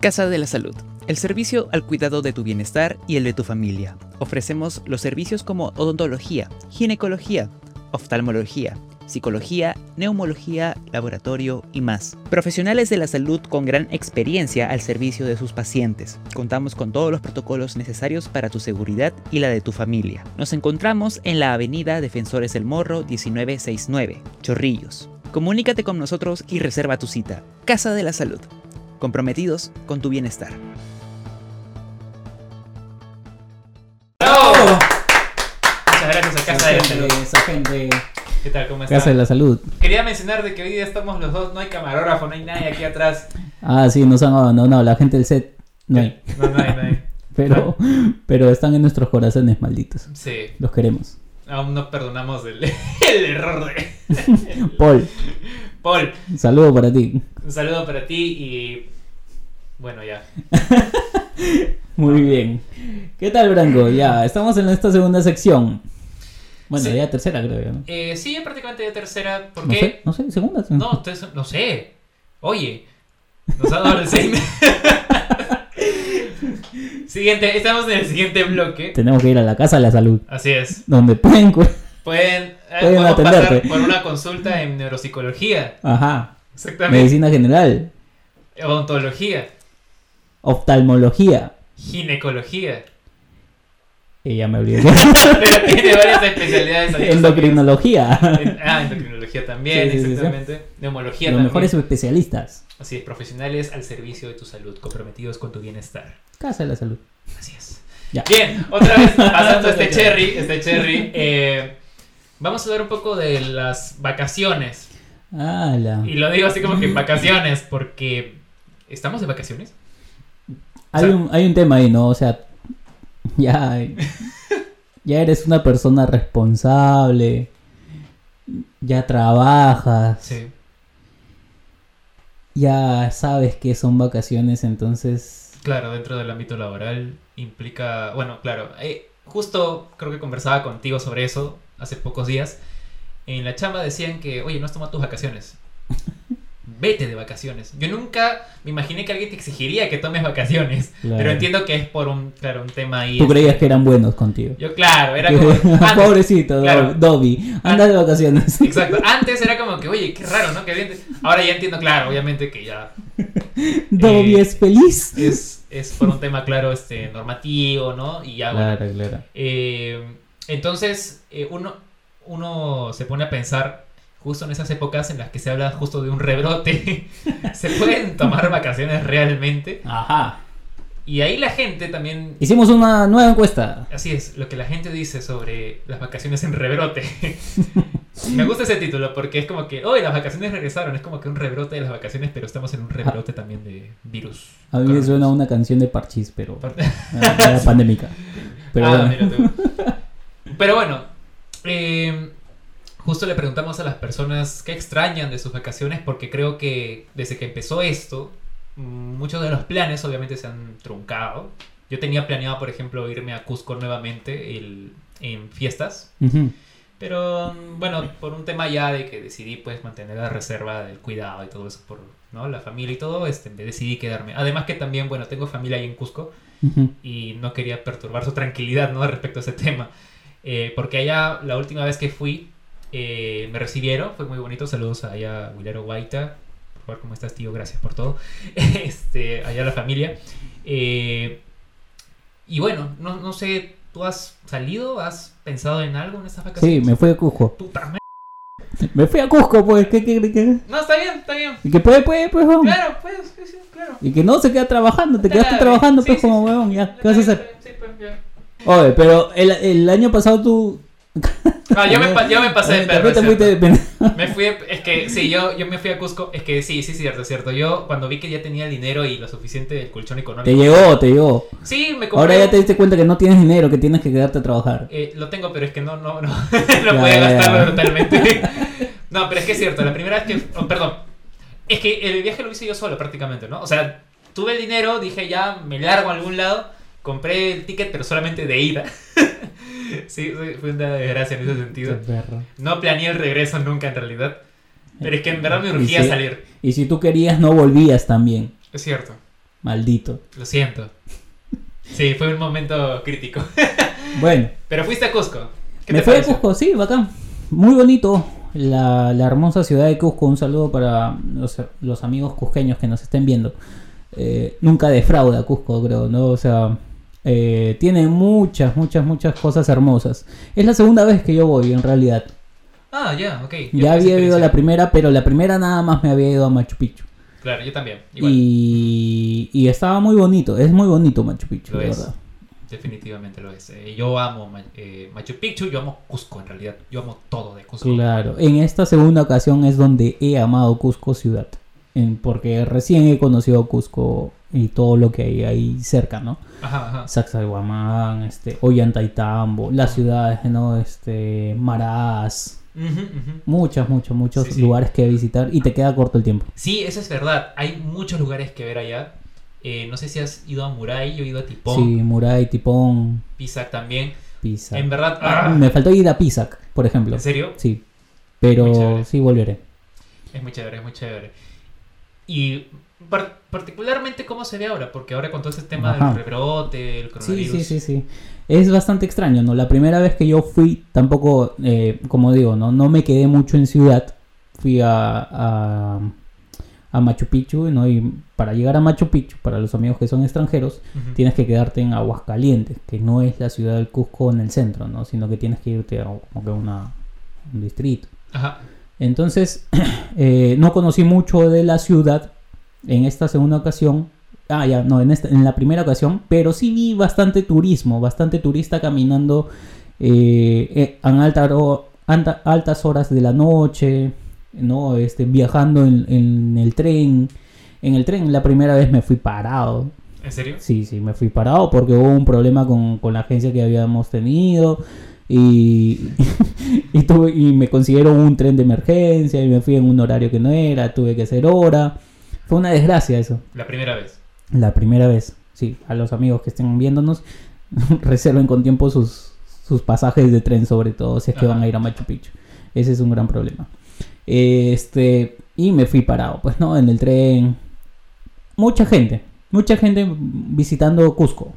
[SPEAKER 8] Casa de la Salud, el servicio al cuidado de tu bienestar y el de tu familia. Ofrecemos los servicios como odontología, ginecología, oftalmología, psicología, neumología, laboratorio y más. Profesionales de la salud con gran experiencia al servicio de sus pacientes. Contamos con todos los protocolos necesarios para tu seguridad y la de tu familia. Nos encontramos en la Avenida Defensores del Morro 1969, Chorrillos. Comunícate con nosotros y reserva tu cita. Casa de la Salud comprometidos con tu bienestar.
[SPEAKER 2] ¡Bravo! Muchas gracias a Casa de la
[SPEAKER 3] Esa
[SPEAKER 2] Salud.
[SPEAKER 3] gente, esa gente.
[SPEAKER 2] ¿Qué tal? ¿Cómo estás?
[SPEAKER 3] Casa de la Salud.
[SPEAKER 2] Quería mencionar de que hoy día estamos los dos, no hay camarógrafo, no hay nadie aquí atrás.
[SPEAKER 3] Ah, sí, nos han abandonado. La gente del set no hay.
[SPEAKER 2] No, no hay, no hay.
[SPEAKER 3] Pero, pero están en nuestros corazones, malditos.
[SPEAKER 2] Sí,
[SPEAKER 3] Los queremos.
[SPEAKER 2] aún no perdonamos el, el error de
[SPEAKER 3] Paul,
[SPEAKER 2] Paul.
[SPEAKER 3] un saludo para ti.
[SPEAKER 2] Un saludo para ti y bueno, ya.
[SPEAKER 3] Muy bien. ¿Qué tal, Branco? Ya, estamos en esta segunda sección. Bueno,
[SPEAKER 2] Sí.
[SPEAKER 3] ya tercera, creo yo. ¿no?
[SPEAKER 2] Eh, sí, prácticamente de tercera, ¿por
[SPEAKER 3] No
[SPEAKER 2] qué?
[SPEAKER 3] sé, no sé, segunda.
[SPEAKER 2] No, ustedes- no sé. Oye, nos ha dado el seis siguiente, estamos en el siguiente bloque.
[SPEAKER 3] Tenemos que ir a la Casa de la Salud.
[SPEAKER 2] Así es.
[SPEAKER 3] Donde pueden. cu-
[SPEAKER 2] Pueden, eh,
[SPEAKER 3] Pueden
[SPEAKER 2] podemos pasar
[SPEAKER 3] atenderte.
[SPEAKER 2] por una consulta en neuropsicología,
[SPEAKER 3] Ajá.
[SPEAKER 2] exactamente,
[SPEAKER 3] Medicina general.
[SPEAKER 2] odontología,
[SPEAKER 3] Oftalmología.
[SPEAKER 2] ginecología.
[SPEAKER 3] Ella me olvidé.
[SPEAKER 2] Pero tiene varias especialidades. ahí.
[SPEAKER 3] Endocrinología.
[SPEAKER 2] En- Ah, endocrinología también,
[SPEAKER 3] Sí, sí, sí, sí.
[SPEAKER 2] exactamente. Neumología
[SPEAKER 3] Los
[SPEAKER 2] también.
[SPEAKER 3] mejores especialistas.
[SPEAKER 2] Así es, profesionales al servicio de tu salud, comprometidos con tu bienestar.
[SPEAKER 3] Casa de la Salud.
[SPEAKER 2] Así es.
[SPEAKER 3] Ya.
[SPEAKER 2] Bien, otra vez pasando este cherry, este cherry. eh, vamos a hablar un poco de las vacaciones.
[SPEAKER 3] ¡Hala!
[SPEAKER 2] Y lo digo así como que vacaciones, porque estamos de vacaciones.
[SPEAKER 3] Hay,
[SPEAKER 2] O sea-
[SPEAKER 3] un, hay un tema ahí, ¿no? O sea, ya, ya eres una persona responsable, ya trabajas, ya sabes que son vacaciones, entonces...
[SPEAKER 2] Claro, dentro del ámbito laboral implica, bueno, claro, eh, justo creo que conversaba contigo sobre eso hace pocos días, en la chamba decían que, oye, no has tomado tus vacaciones. Vete de vacaciones. Yo nunca me imaginé que alguien te exigiría que tomes vacaciones.
[SPEAKER 3] Claro.
[SPEAKER 2] Pero entiendo que es por un, claro, un tema ahí.
[SPEAKER 3] Tú
[SPEAKER 2] este,
[SPEAKER 3] creías que eran buenos contigo.
[SPEAKER 2] Yo, claro, era como. antes-
[SPEAKER 3] Pobrecito, Do-
[SPEAKER 2] claro.
[SPEAKER 3] Dobby. Anda de vacaciones.
[SPEAKER 2] Exacto. Antes era como que, oye, qué raro, ¿no? Que bien te- Ahora ya entiendo, claro, obviamente que ya
[SPEAKER 3] Dobby
[SPEAKER 2] Eh,
[SPEAKER 3] es feliz.
[SPEAKER 2] es, es por un tema, claro, este, normativo, ¿no? Y ya, bueno,
[SPEAKER 3] Claro, claro.
[SPEAKER 2] Eh, entonces, eh, uno, uno se pone a pensar justo en esas épocas en las que se habla justo de un rebrote. ¿Se pueden tomar vacaciones realmente?
[SPEAKER 3] Ajá.
[SPEAKER 2] Y ahí la gente también...
[SPEAKER 3] Hicimos una nueva encuesta.
[SPEAKER 2] Así es, lo que la gente dice sobre las vacaciones en rebrote. Me gusta ese título porque es como que, hoy las vacaciones regresaron, es como que un rebrote de las vacaciones, pero estamos en un rebrote también de virus.
[SPEAKER 3] A mí me suena una canción de Parchís, pero
[SPEAKER 2] Aparte-
[SPEAKER 3] ah, era pandémica. Pero
[SPEAKER 2] Ah,
[SPEAKER 3] bueno.
[SPEAKER 2] mira tú. Pero bueno, eh, justo le preguntamos a las personas qué extrañan de sus vacaciones porque creo que desde que empezó esto, mm, muchos de los planes obviamente se han truncado. Yo tenía planeado, por ejemplo, irme a Cusco nuevamente el- en fiestas,
[SPEAKER 3] Ujú.
[SPEAKER 2] pero mm, bueno, por un tema ya de que decidí pues mantener la reserva del cuidado y todo eso por ¿no? la familia y todo, este, decidí quedarme. Además que también, bueno, tengo familia ahí en Cusco,
[SPEAKER 3] Ujú.
[SPEAKER 2] y no quería perturbar su tranquilidad ¿no? respecto a ese tema. Eh, porque allá, la última vez que fui, eh, me recibieron, fue muy bonito. Saludos allá a Willero Guaita. Por favor, ¿cómo estás, tío? Gracias por todo. este, allá la familia. Eh, y bueno, no, no sé, ¿tú has salido? ¿Has pensado en algo en estas
[SPEAKER 3] Sí,
[SPEAKER 2] vacaciones?
[SPEAKER 3] me fui a Cusco.
[SPEAKER 2] Puta madre.
[SPEAKER 3] Me fui a Cusco, pues. ¿Qué, qué, qué, qué?
[SPEAKER 2] No, está bien, está bien.
[SPEAKER 3] Y que puede, puede, pues, vamos.
[SPEAKER 2] Claro, pues, sí, sí, claro.
[SPEAKER 3] Y que no se queda trabajando, te
[SPEAKER 2] Está
[SPEAKER 3] quedaste
[SPEAKER 2] bien.
[SPEAKER 3] trabajando,
[SPEAKER 2] Sí,
[SPEAKER 3] pues,
[SPEAKER 2] sí,
[SPEAKER 3] como
[SPEAKER 2] sí.
[SPEAKER 3] huevón, ya. ¿Qué vas a
[SPEAKER 2] Está
[SPEAKER 3] hacer?
[SPEAKER 2] bien, está bien, sí, pues, ya.
[SPEAKER 3] Oye, pero el, el año pasado tú.
[SPEAKER 2] Ah, yo me, pa- yo me pasé de
[SPEAKER 3] También
[SPEAKER 2] perro.
[SPEAKER 3] te
[SPEAKER 2] es
[SPEAKER 3] fuiste
[SPEAKER 2] cierto.
[SPEAKER 3] de pendejo.
[SPEAKER 2] Me fui, es que sí, yo, yo me fui a Cusco, es que sí, sí, cierto, cierto. Yo cuando vi que ya tenía dinero y lo suficiente del colchón
[SPEAKER 3] Te
[SPEAKER 2] económico.
[SPEAKER 3] llegó, te llegó.
[SPEAKER 2] Sí, me compré.
[SPEAKER 3] Ahora ya te diste cuenta que no tienes dinero, que tienes que quedarte a trabajar.
[SPEAKER 2] eh, lo tengo, pero es que no, no, no, no
[SPEAKER 3] Ya,
[SPEAKER 2] podía
[SPEAKER 3] ya, ya.
[SPEAKER 2] gastarlo totalmente. No, pero es que es cierto, la primera vez que, oh, perdón, es que el viaje lo hice yo solo prácticamente, ¿no? O sea, tuve el dinero, dije ya me largo a algún lado, compré el ticket, pero solamente de ida. Sí, sí, fue una desgracia en ese sentido. No planeé el regreso nunca en realidad, pero es que en verdad me
[SPEAKER 3] Y
[SPEAKER 2] urgía
[SPEAKER 3] sí.
[SPEAKER 2] salir.
[SPEAKER 3] Y si tú querías, no volvías también.
[SPEAKER 2] Es cierto,
[SPEAKER 3] Maldito.
[SPEAKER 2] lo siento. Sí, fue un momento crítico.
[SPEAKER 3] Bueno,
[SPEAKER 2] Pero fuiste a Cusco. ¿Qué
[SPEAKER 3] me
[SPEAKER 2] te
[SPEAKER 3] fui a
[SPEAKER 2] pareció?
[SPEAKER 3] Cusco, sí, bacán. Muy bonito. La, la hermosa ciudad de Cusco. Un saludo para los, los amigos cusqueños que nos estén viendo. Eh, nunca defrauda Cusco, creo, ¿no? O sea, eh, tiene muchas, muchas, muchas cosas hermosas. Es la segunda vez que yo voy, en realidad.
[SPEAKER 2] Ah, ya, ok. Yo
[SPEAKER 3] Ya
[SPEAKER 2] tuve esa
[SPEAKER 3] había ido a la
[SPEAKER 2] experiencia.
[SPEAKER 3] primera, pero la primera nada más me había ido a Machu Picchu.
[SPEAKER 2] Claro, yo también. Igual,
[SPEAKER 3] Y, y estaba muy bonito, es muy bonito Machu Picchu,
[SPEAKER 2] Lo
[SPEAKER 3] de
[SPEAKER 2] es.
[SPEAKER 3] verdad.
[SPEAKER 2] definitivamente lo es. Eh, yo amo Ma- eh, Machu Picchu, yo amo Cusco en realidad. Yo amo todo de Cusco.
[SPEAKER 3] Claro, en esta segunda ocasión es donde he amado Cusco ciudad, en- porque recién he conocido Cusco y todo lo que hay ahí cerca, ¿no?
[SPEAKER 2] Ajá, ajá.
[SPEAKER 3] Sacsayhuamán, este, Ollantaytambo, las ciudades, ¿no? Este, Maraz,
[SPEAKER 2] Ujú, ujú.
[SPEAKER 3] muchas, muchas, muchos
[SPEAKER 2] Sí, sí.
[SPEAKER 3] lugares que visitar y te queda corto el tiempo.
[SPEAKER 2] Sí, eso es verdad. Hay muchos lugares que ver allá. Eh, no sé si has ido a Muray, yo he ido a Tipón,
[SPEAKER 3] Sí, Muray, Tipón,
[SPEAKER 2] Pisac también.
[SPEAKER 3] Pisa.
[SPEAKER 2] En verdad,
[SPEAKER 3] Ah,
[SPEAKER 2] ¡ah!
[SPEAKER 3] Me faltó ir a Pisac, por ejemplo.
[SPEAKER 2] ¿en serio?
[SPEAKER 3] Sí.
[SPEAKER 2] Muy
[SPEAKER 3] Pero
[SPEAKER 2] chévere.
[SPEAKER 3] sí volveré.
[SPEAKER 2] Es muy chévere, es muy chévere. Y par- particularmente cómo se ve ahora, porque ahora con todo ese tema
[SPEAKER 3] Ajá.
[SPEAKER 2] del rebrote, el
[SPEAKER 3] Sí,
[SPEAKER 2] coronavirus.
[SPEAKER 3] sí, sí, sí. Es bastante extraño, ¿no? La primera vez que yo fui, tampoco, eh, como digo, ¿no? No me quedé mucho en ciudad. Fui a, a, a Machu Picchu, ¿no? Y para llegar a Machu Picchu, para los amigos que son extranjeros,
[SPEAKER 2] Ujú.
[SPEAKER 3] tienes que quedarte en Aguascalientes, que no es la ciudad del Cusco en el centro, ¿no? Sino que tienes que irte a como que una, un distrito.
[SPEAKER 2] Ajá.
[SPEAKER 3] Entonces, eh, no conocí mucho de la ciudad en esta segunda ocasión. Ah, ya, no, en, esta, en la primera ocasión, pero sí vi bastante turismo, bastante turista caminando eh, eh, en alta ro- anta- altas horas de la noche, ¿no? Este, viajando en, en el tren. En el tren la primera vez me fui parado.
[SPEAKER 2] ¿En serio?
[SPEAKER 3] Sí, sí, me fui parado porque hubo un problema con, con la agencia que habíamos tenido y, y, tuve- y me consiguieron un tren de emergencia y me fui en un horario que no era, tuve que hacer hora. Fue una desgracia eso,
[SPEAKER 2] La primera vez.
[SPEAKER 3] la primera vez. Sí, a los amigos que estén viéndonos, reserven con tiempo sus, sus sus pasajes de tren sobre todo, si es que
[SPEAKER 2] Ajá.
[SPEAKER 3] van a ir a Machu Picchu. Ese es un gran problema. Este, y me fui parado, pues no, en el tren. Mucha gente, mucha gente visitando Cusco.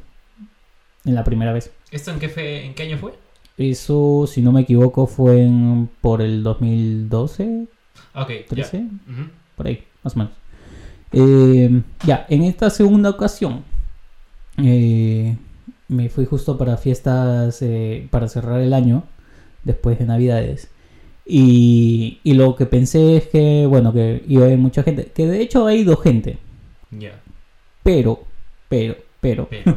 [SPEAKER 3] En la primera vez.
[SPEAKER 2] ¿Esto en qué, fe- en qué año fue?
[SPEAKER 3] Eso, si no me equivoco, fue en- por el 2012,
[SPEAKER 2] Ah, Ok, ya.
[SPEAKER 3] 13,
[SPEAKER 2] Ujú.
[SPEAKER 3] por ahí, más o menos. Eh, ya, en esta segunda ocasión eh, me fui justo para fiestas, eh, para cerrar el año, después de Navidades. Y, y lo que pensé es que, bueno, que iba a haber mucha gente, que de hecho ha ido gente,
[SPEAKER 2] Ya.
[SPEAKER 3] pero, pero, pero,
[SPEAKER 2] Pero,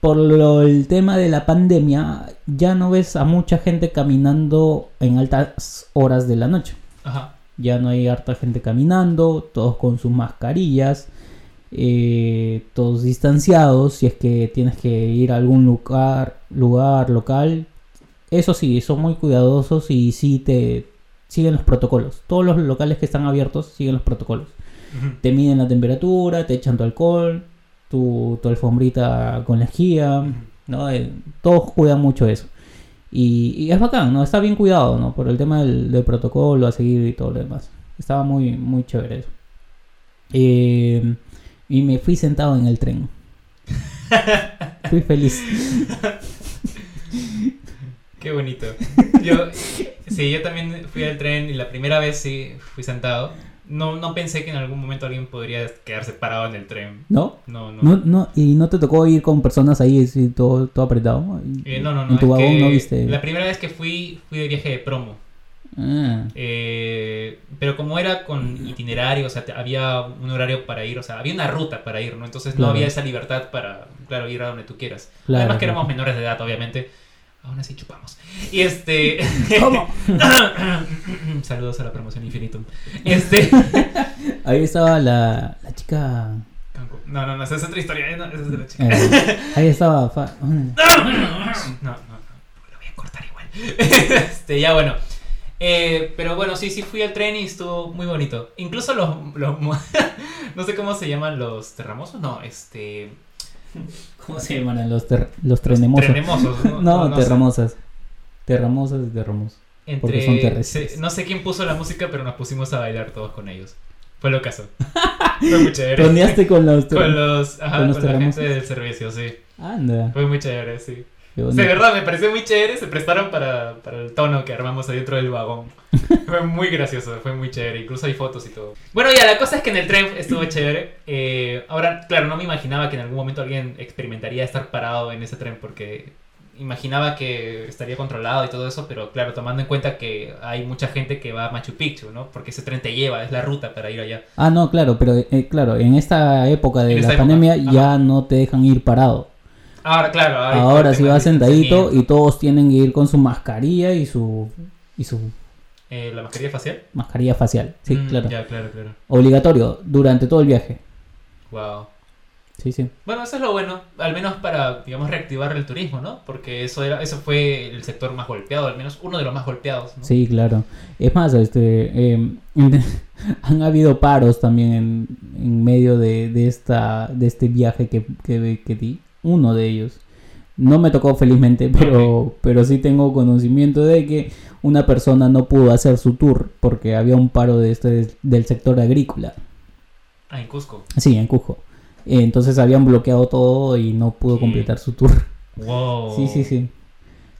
[SPEAKER 3] por lo, el tema de la pandemia, ya no ves a mucha gente caminando en altas horas de la noche.
[SPEAKER 2] ajá.
[SPEAKER 3] Ya no hay harta gente caminando, todos con sus mascarillas, eh, todos distanciados. Si es que tienes que ir a algún lugar, lugar local, eso sí, son muy cuidadosos y sí te siguen los protocolos. Todos los locales que están abiertos siguen los protocolos.
[SPEAKER 2] Ujú.
[SPEAKER 3] Te miden la temperatura, te echan tu alcohol, tu, tu alfombrita con la esquía.
[SPEAKER 2] Ujú.
[SPEAKER 3] ¿no? Eh, todos cuidan mucho eso. Y, y es bacán, ¿no? Está bien cuidado, ¿no? Por el tema del, del protocolo a seguir y todo lo demás. Estaba muy, muy chévere eso. Eh, y me fui sentado en el tren. Fui feliz.
[SPEAKER 2] Qué bonito. Yo, sí, yo también fui al tren y la primera vez sí fui sentado. No, no pensé que en algún momento alguien podría quedarse parado en el tren.
[SPEAKER 3] ¿No?
[SPEAKER 2] No, no.
[SPEAKER 3] No, no, y no te tocó ir con personas ahí así, todo, todo apretado.
[SPEAKER 2] Eh, no, no, no.
[SPEAKER 3] En tu
[SPEAKER 2] es
[SPEAKER 3] vagón
[SPEAKER 2] que
[SPEAKER 3] no viste.
[SPEAKER 2] La primera vez que fui, fui de viaje de promo.
[SPEAKER 3] Ah,
[SPEAKER 2] Eh, pero como era con itinerario, o sea, te- había un horario para ir, o sea, había una ruta para ir, ¿no? Entonces
[SPEAKER 3] Claro.
[SPEAKER 2] no había esa libertad para, claro, ir a donde tú quieras.
[SPEAKER 3] Claro,
[SPEAKER 2] Además que
[SPEAKER 3] claro.
[SPEAKER 2] éramos menores de edad, obviamente. Aún así chupamos. Y este... Saludos a la promoción Infinitum. Este...
[SPEAKER 3] Ahí estaba la, la chica.
[SPEAKER 2] No, no, no, esa es otra historia. eh, no, esa es de la chica.
[SPEAKER 3] eh, ahí estaba. fa-
[SPEAKER 2] No, no, no, lo voy a cortar igual. este, ya bueno. Eh, pero bueno, sí, sí fui al tren y estuvo muy bonito. Incluso los, los mo- no sé cómo se llaman los terramosos, no, este
[SPEAKER 3] ¿Cómo se llaman los, ter- los trenemosos?
[SPEAKER 2] trenemosos,
[SPEAKER 3] No,
[SPEAKER 2] no, no sé.
[SPEAKER 3] terramosas. Terramosas y terramos. porque
[SPEAKER 2] entre-
[SPEAKER 3] son terrestres.
[SPEAKER 2] se- no sé quién puso la música, pero nos pusimos a bailar todos con ellos. Fue lo caso. Fue muy chévere.
[SPEAKER 3] Toneaste con los ter-
[SPEAKER 2] con los,
[SPEAKER 3] con
[SPEAKER 2] ajá, con,
[SPEAKER 3] los
[SPEAKER 2] la gente
[SPEAKER 3] terramosos.
[SPEAKER 2] del servicio, sí.
[SPEAKER 3] Anda.
[SPEAKER 2] Fue muy chévere, sí.
[SPEAKER 3] qué
[SPEAKER 2] Sí,
[SPEAKER 3] bonito.
[SPEAKER 2] de verdad, me pareció muy chévere. Se prestaron para, para el tono que armamos adentro del vagón. fue muy gracioso, fue muy chévere. Incluso hay fotos y todo. Bueno, ya, la cosa es que en el tren estuvo chévere. Eh, ahora, claro, no me imaginaba que en algún momento alguien experimentaría estar parado en ese tren porque imaginaba que estaría controlado y todo eso, pero claro, tomando en cuenta que hay mucha gente que va a Machu Picchu, ¿no? Porque ese tren te lleva, es la ruta para ir allá.
[SPEAKER 3] Ah, no, claro, pero eh, claro, en esta época de
[SPEAKER 2] En
[SPEAKER 3] la
[SPEAKER 2] esta época,
[SPEAKER 3] pandemia
[SPEAKER 2] ajá.
[SPEAKER 3] ya no te dejan ir parado.
[SPEAKER 2] Ahora, claro, ahora,
[SPEAKER 3] Ahora sí
[SPEAKER 2] si
[SPEAKER 3] vas sentadito y todos tienen que ir con su mascarilla y su y su
[SPEAKER 2] Eh, ¿La mascarilla facial?
[SPEAKER 3] mascarilla facial. Sí,
[SPEAKER 2] Mm,
[SPEAKER 3] claro.
[SPEAKER 2] Ya, claro, claro.
[SPEAKER 3] Obligatorio durante todo el viaje.
[SPEAKER 2] Wow.
[SPEAKER 3] Sí, sí.
[SPEAKER 2] Bueno, eso es lo bueno, al menos para, digamos, reactivar el turismo, ¿no? Porque eso era, eso fue el sector más golpeado, al menos uno de los más golpeados, ¿no?
[SPEAKER 3] Sí, claro. Es más, este, eh, han habido paros también en, en medio de, de esta, de este viaje que, que, que di. Uno de ellos. No me tocó felizmente, pero, pero sí tengo conocimiento de que una persona no pudo hacer su tour porque había un paro de este, del sector agrícola.
[SPEAKER 2] Ah, en Cusco.
[SPEAKER 3] Sí, en Cusco. Eh, Entonces habían bloqueado todo y no pudo
[SPEAKER 2] Sí.
[SPEAKER 3] completar su tour.
[SPEAKER 2] Wow.
[SPEAKER 3] Sí, sí, sí.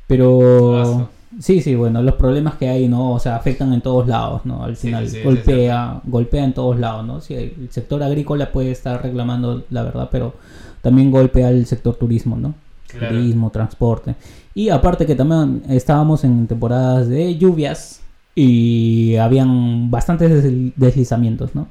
[SPEAKER 3] Pero
[SPEAKER 2] Aso.
[SPEAKER 3] sí, sí, bueno, los problemas que hay, ¿no? O sea, afectan en todos lados, ¿no? Al
[SPEAKER 2] Sí,
[SPEAKER 3] final
[SPEAKER 2] sí, sí,
[SPEAKER 3] golpea, golpea en todos lados, ¿no? Sí, el sector agrícola puede estar reclamando la verdad, pero también golpea el sector turismo, ¿no?
[SPEAKER 2] Claro.
[SPEAKER 3] Turismo, transporte. Y aparte que también estábamos en temporadas de lluvias y habían bastantes desli- deslizamientos, ¿no?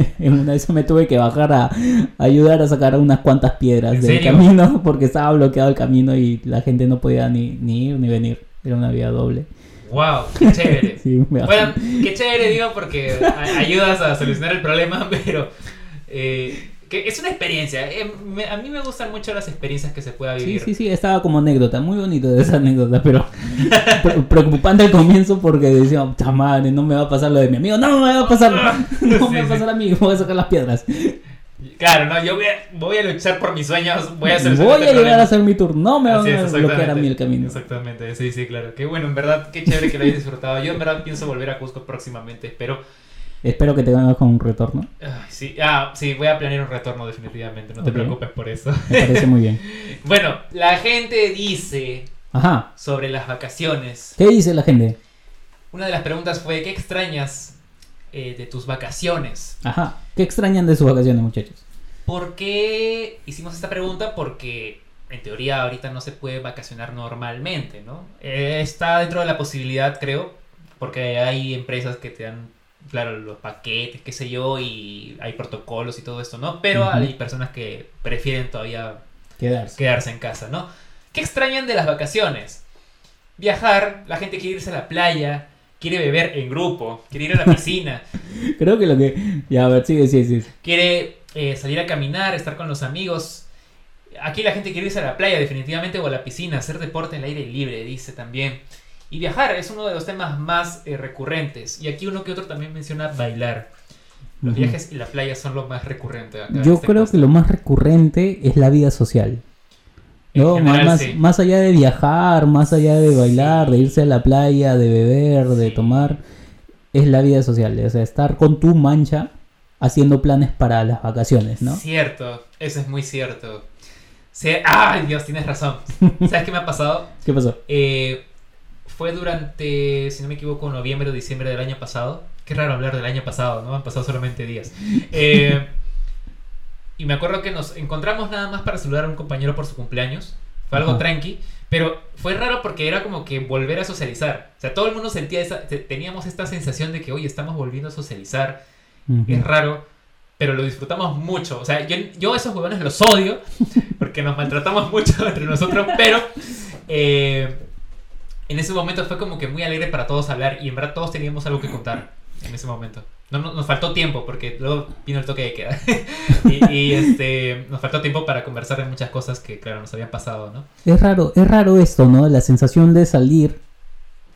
[SPEAKER 3] en una de esas me tuve que bajar a, a ayudar a sacar unas cuantas piedras
[SPEAKER 2] ¿En
[SPEAKER 3] del
[SPEAKER 2] serio?
[SPEAKER 3] camino porque estaba bloqueado el camino y la gente no podía ni, ni ir ni venir. Era una vía doble.
[SPEAKER 2] Wow, qué chévere.
[SPEAKER 3] Sí, me bajé.
[SPEAKER 2] bueno, qué chévere, digo, porque a- ayudas a solucionar el problema, pero eh, que es una experiencia. Eh, me- a mí me gustan mucho las experiencias que se pueda
[SPEAKER 3] Sí,
[SPEAKER 2] vivir.
[SPEAKER 3] sí, sí, estaba como anécdota, muy bonito de esa anécdota, pero pre- preocupante al comienzo porque decía, puta madre, no me va a pasar lo de mi amigo, no me va a pasar, no
[SPEAKER 2] Ah, Sí,
[SPEAKER 3] me va a
[SPEAKER 2] sí.
[SPEAKER 3] pasar a mí, voy a sacar las piedras.
[SPEAKER 2] Claro, no, yo voy a, voy a luchar por mis sueños, voy a hacer
[SPEAKER 3] Voy a llegar a hacer mi tour. No me van
[SPEAKER 2] Así es,
[SPEAKER 3] a bloquear a
[SPEAKER 2] exactamente.
[SPEAKER 3] mí el camino.
[SPEAKER 2] Exactamente, sí, sí, claro. Qué bueno, en verdad, qué chévere que lo hayas disfrutado. Yo en verdad pienso volver a Cusco próximamente, espero.
[SPEAKER 3] Espero que te vengas con un retorno.
[SPEAKER 2] Ay, sí, ah, sí, voy a planear un retorno definitivamente, no te
[SPEAKER 3] Ok.
[SPEAKER 2] preocupes por eso.
[SPEAKER 3] Me parece muy bien.
[SPEAKER 2] Bueno, la gente dice
[SPEAKER 3] Ajá.
[SPEAKER 2] sobre las vacaciones.
[SPEAKER 3] ¿Qué dice la gente?
[SPEAKER 2] Una de las preguntas fue, ¿qué extrañas eh, de tus vacaciones?
[SPEAKER 3] Ajá. ¿Qué extrañan de sus vacaciones, muchachos?
[SPEAKER 2] ¿Por qué hicimos esta pregunta? Porque en teoría ahorita no se puede vacacionar normalmente, ¿no? Eh, está dentro de la posibilidad, creo, porque hay empresas que te dan, claro, los paquetes, qué sé yo, y hay protocolos y todo esto, ¿no? Pero
[SPEAKER 3] Ujú.
[SPEAKER 2] hay personas que prefieren todavía
[SPEAKER 3] Quedarse.
[SPEAKER 2] quedarse en casa, ¿no? ¿Qué extrañan de las vacaciones? Viajar, la gente quiere irse a la playa, quiere beber en grupo, quiere ir a la piscina,
[SPEAKER 3] Creo que lo que. Ya, a ver, sigue, sigue, sigue.
[SPEAKER 2] quiere eh, salir a caminar, estar con los amigos. Aquí la gente quiere irse a la playa definitivamente o a la piscina, hacer deporte al aire libre, dice también. Y viajar es uno de los temas más eh, recurrentes. Y aquí uno que otro también menciona bailar. Los
[SPEAKER 3] Ujú.
[SPEAKER 2] viajes y la playa son lo más recurrente. acá en
[SPEAKER 3] Yo
[SPEAKER 2] este
[SPEAKER 3] creo
[SPEAKER 2] caso.
[SPEAKER 3] que lo más recurrente es la vida social.
[SPEAKER 2] En
[SPEAKER 3] No,
[SPEAKER 2] general,
[SPEAKER 3] más,
[SPEAKER 2] sí.
[SPEAKER 3] más allá de viajar, más allá de bailar, de irse a la playa, de beber, de
[SPEAKER 2] Sí.
[SPEAKER 3] tomar, es la vida social. O sea, estar con tu mancha haciendo planes para las vacaciones, ¿no?
[SPEAKER 2] Cierto, eso es muy cierto. Se- ¡Ay, Dios, tienes razón! ¿Sabes qué me ha pasado?
[SPEAKER 3] ¿Qué pasó?
[SPEAKER 2] Eh, fue durante, si no me equivoco, noviembre o diciembre del año pasado. Qué raro hablar del año pasado, ¿no? Han pasado solamente días. Eh, y me acuerdo que nos encontramos nada más para saludar a un compañero por su cumpleaños. Fue algo
[SPEAKER 3] Ajá.
[SPEAKER 2] tranqui, pero fue raro porque era como que volver a socializar. O sea, todo el mundo sentía esa, te- teníamos esta sensación de que, oye, estamos volviendo a socializar es raro, pero lo disfrutamos mucho. O sea, yo, yo a esos huevones los odio, porque nos maltratamos mucho entre nosotros, pero eh, en ese momento fue como que muy alegre para todos hablar y en verdad todos teníamos algo que contar en ese momento. No, no- nos faltó tiempo porque luego vino el toque de queda. y y, este, nos faltó tiempo para conversar de muchas cosas que, claro, nos habían pasado, ¿no?
[SPEAKER 3] Es raro, es raro esto, ¿no? La sensación de salir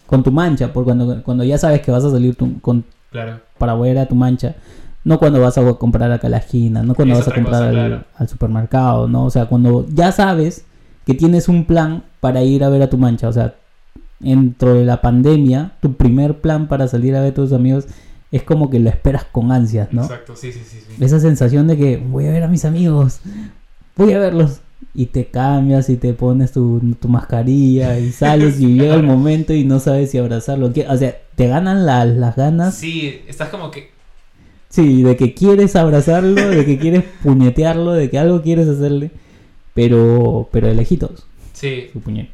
[SPEAKER 3] con tu mancha, por cuando, cuando ya sabes que vas a salir tu- con,
[SPEAKER 2] Claro.
[SPEAKER 3] para volver a tu mancha. No cuando vas a comprar acá a la esquina, no cuando
[SPEAKER 2] Es
[SPEAKER 3] vas a
[SPEAKER 2] otra
[SPEAKER 3] comprar
[SPEAKER 2] cosa,
[SPEAKER 3] al,
[SPEAKER 2] claro.
[SPEAKER 3] al supermercado, ¿no? O sea, cuando ya sabes que tienes un plan para ir a ver a tu mancha. O sea, dentro de la pandemia, tu primer plan para salir a ver a tus amigos es como que lo esperas con ansias, ¿no?
[SPEAKER 2] Exacto, sí, sí, sí. sí.
[SPEAKER 3] Esa sensación de que voy a ver a mis amigos, voy a verlos. Y te cambias y te pones tu, tu mascarilla y sales y llega el momento y no sabes si abrazarlo. O sea, te ganan la- las ganas
[SPEAKER 2] Sí, estás como que...
[SPEAKER 3] Sí, de que quieres abrazarlo, de que quieres puñetearlo, de que algo quieres hacerle, pero pero de lejitos,
[SPEAKER 2] Sí,
[SPEAKER 3] su puñete.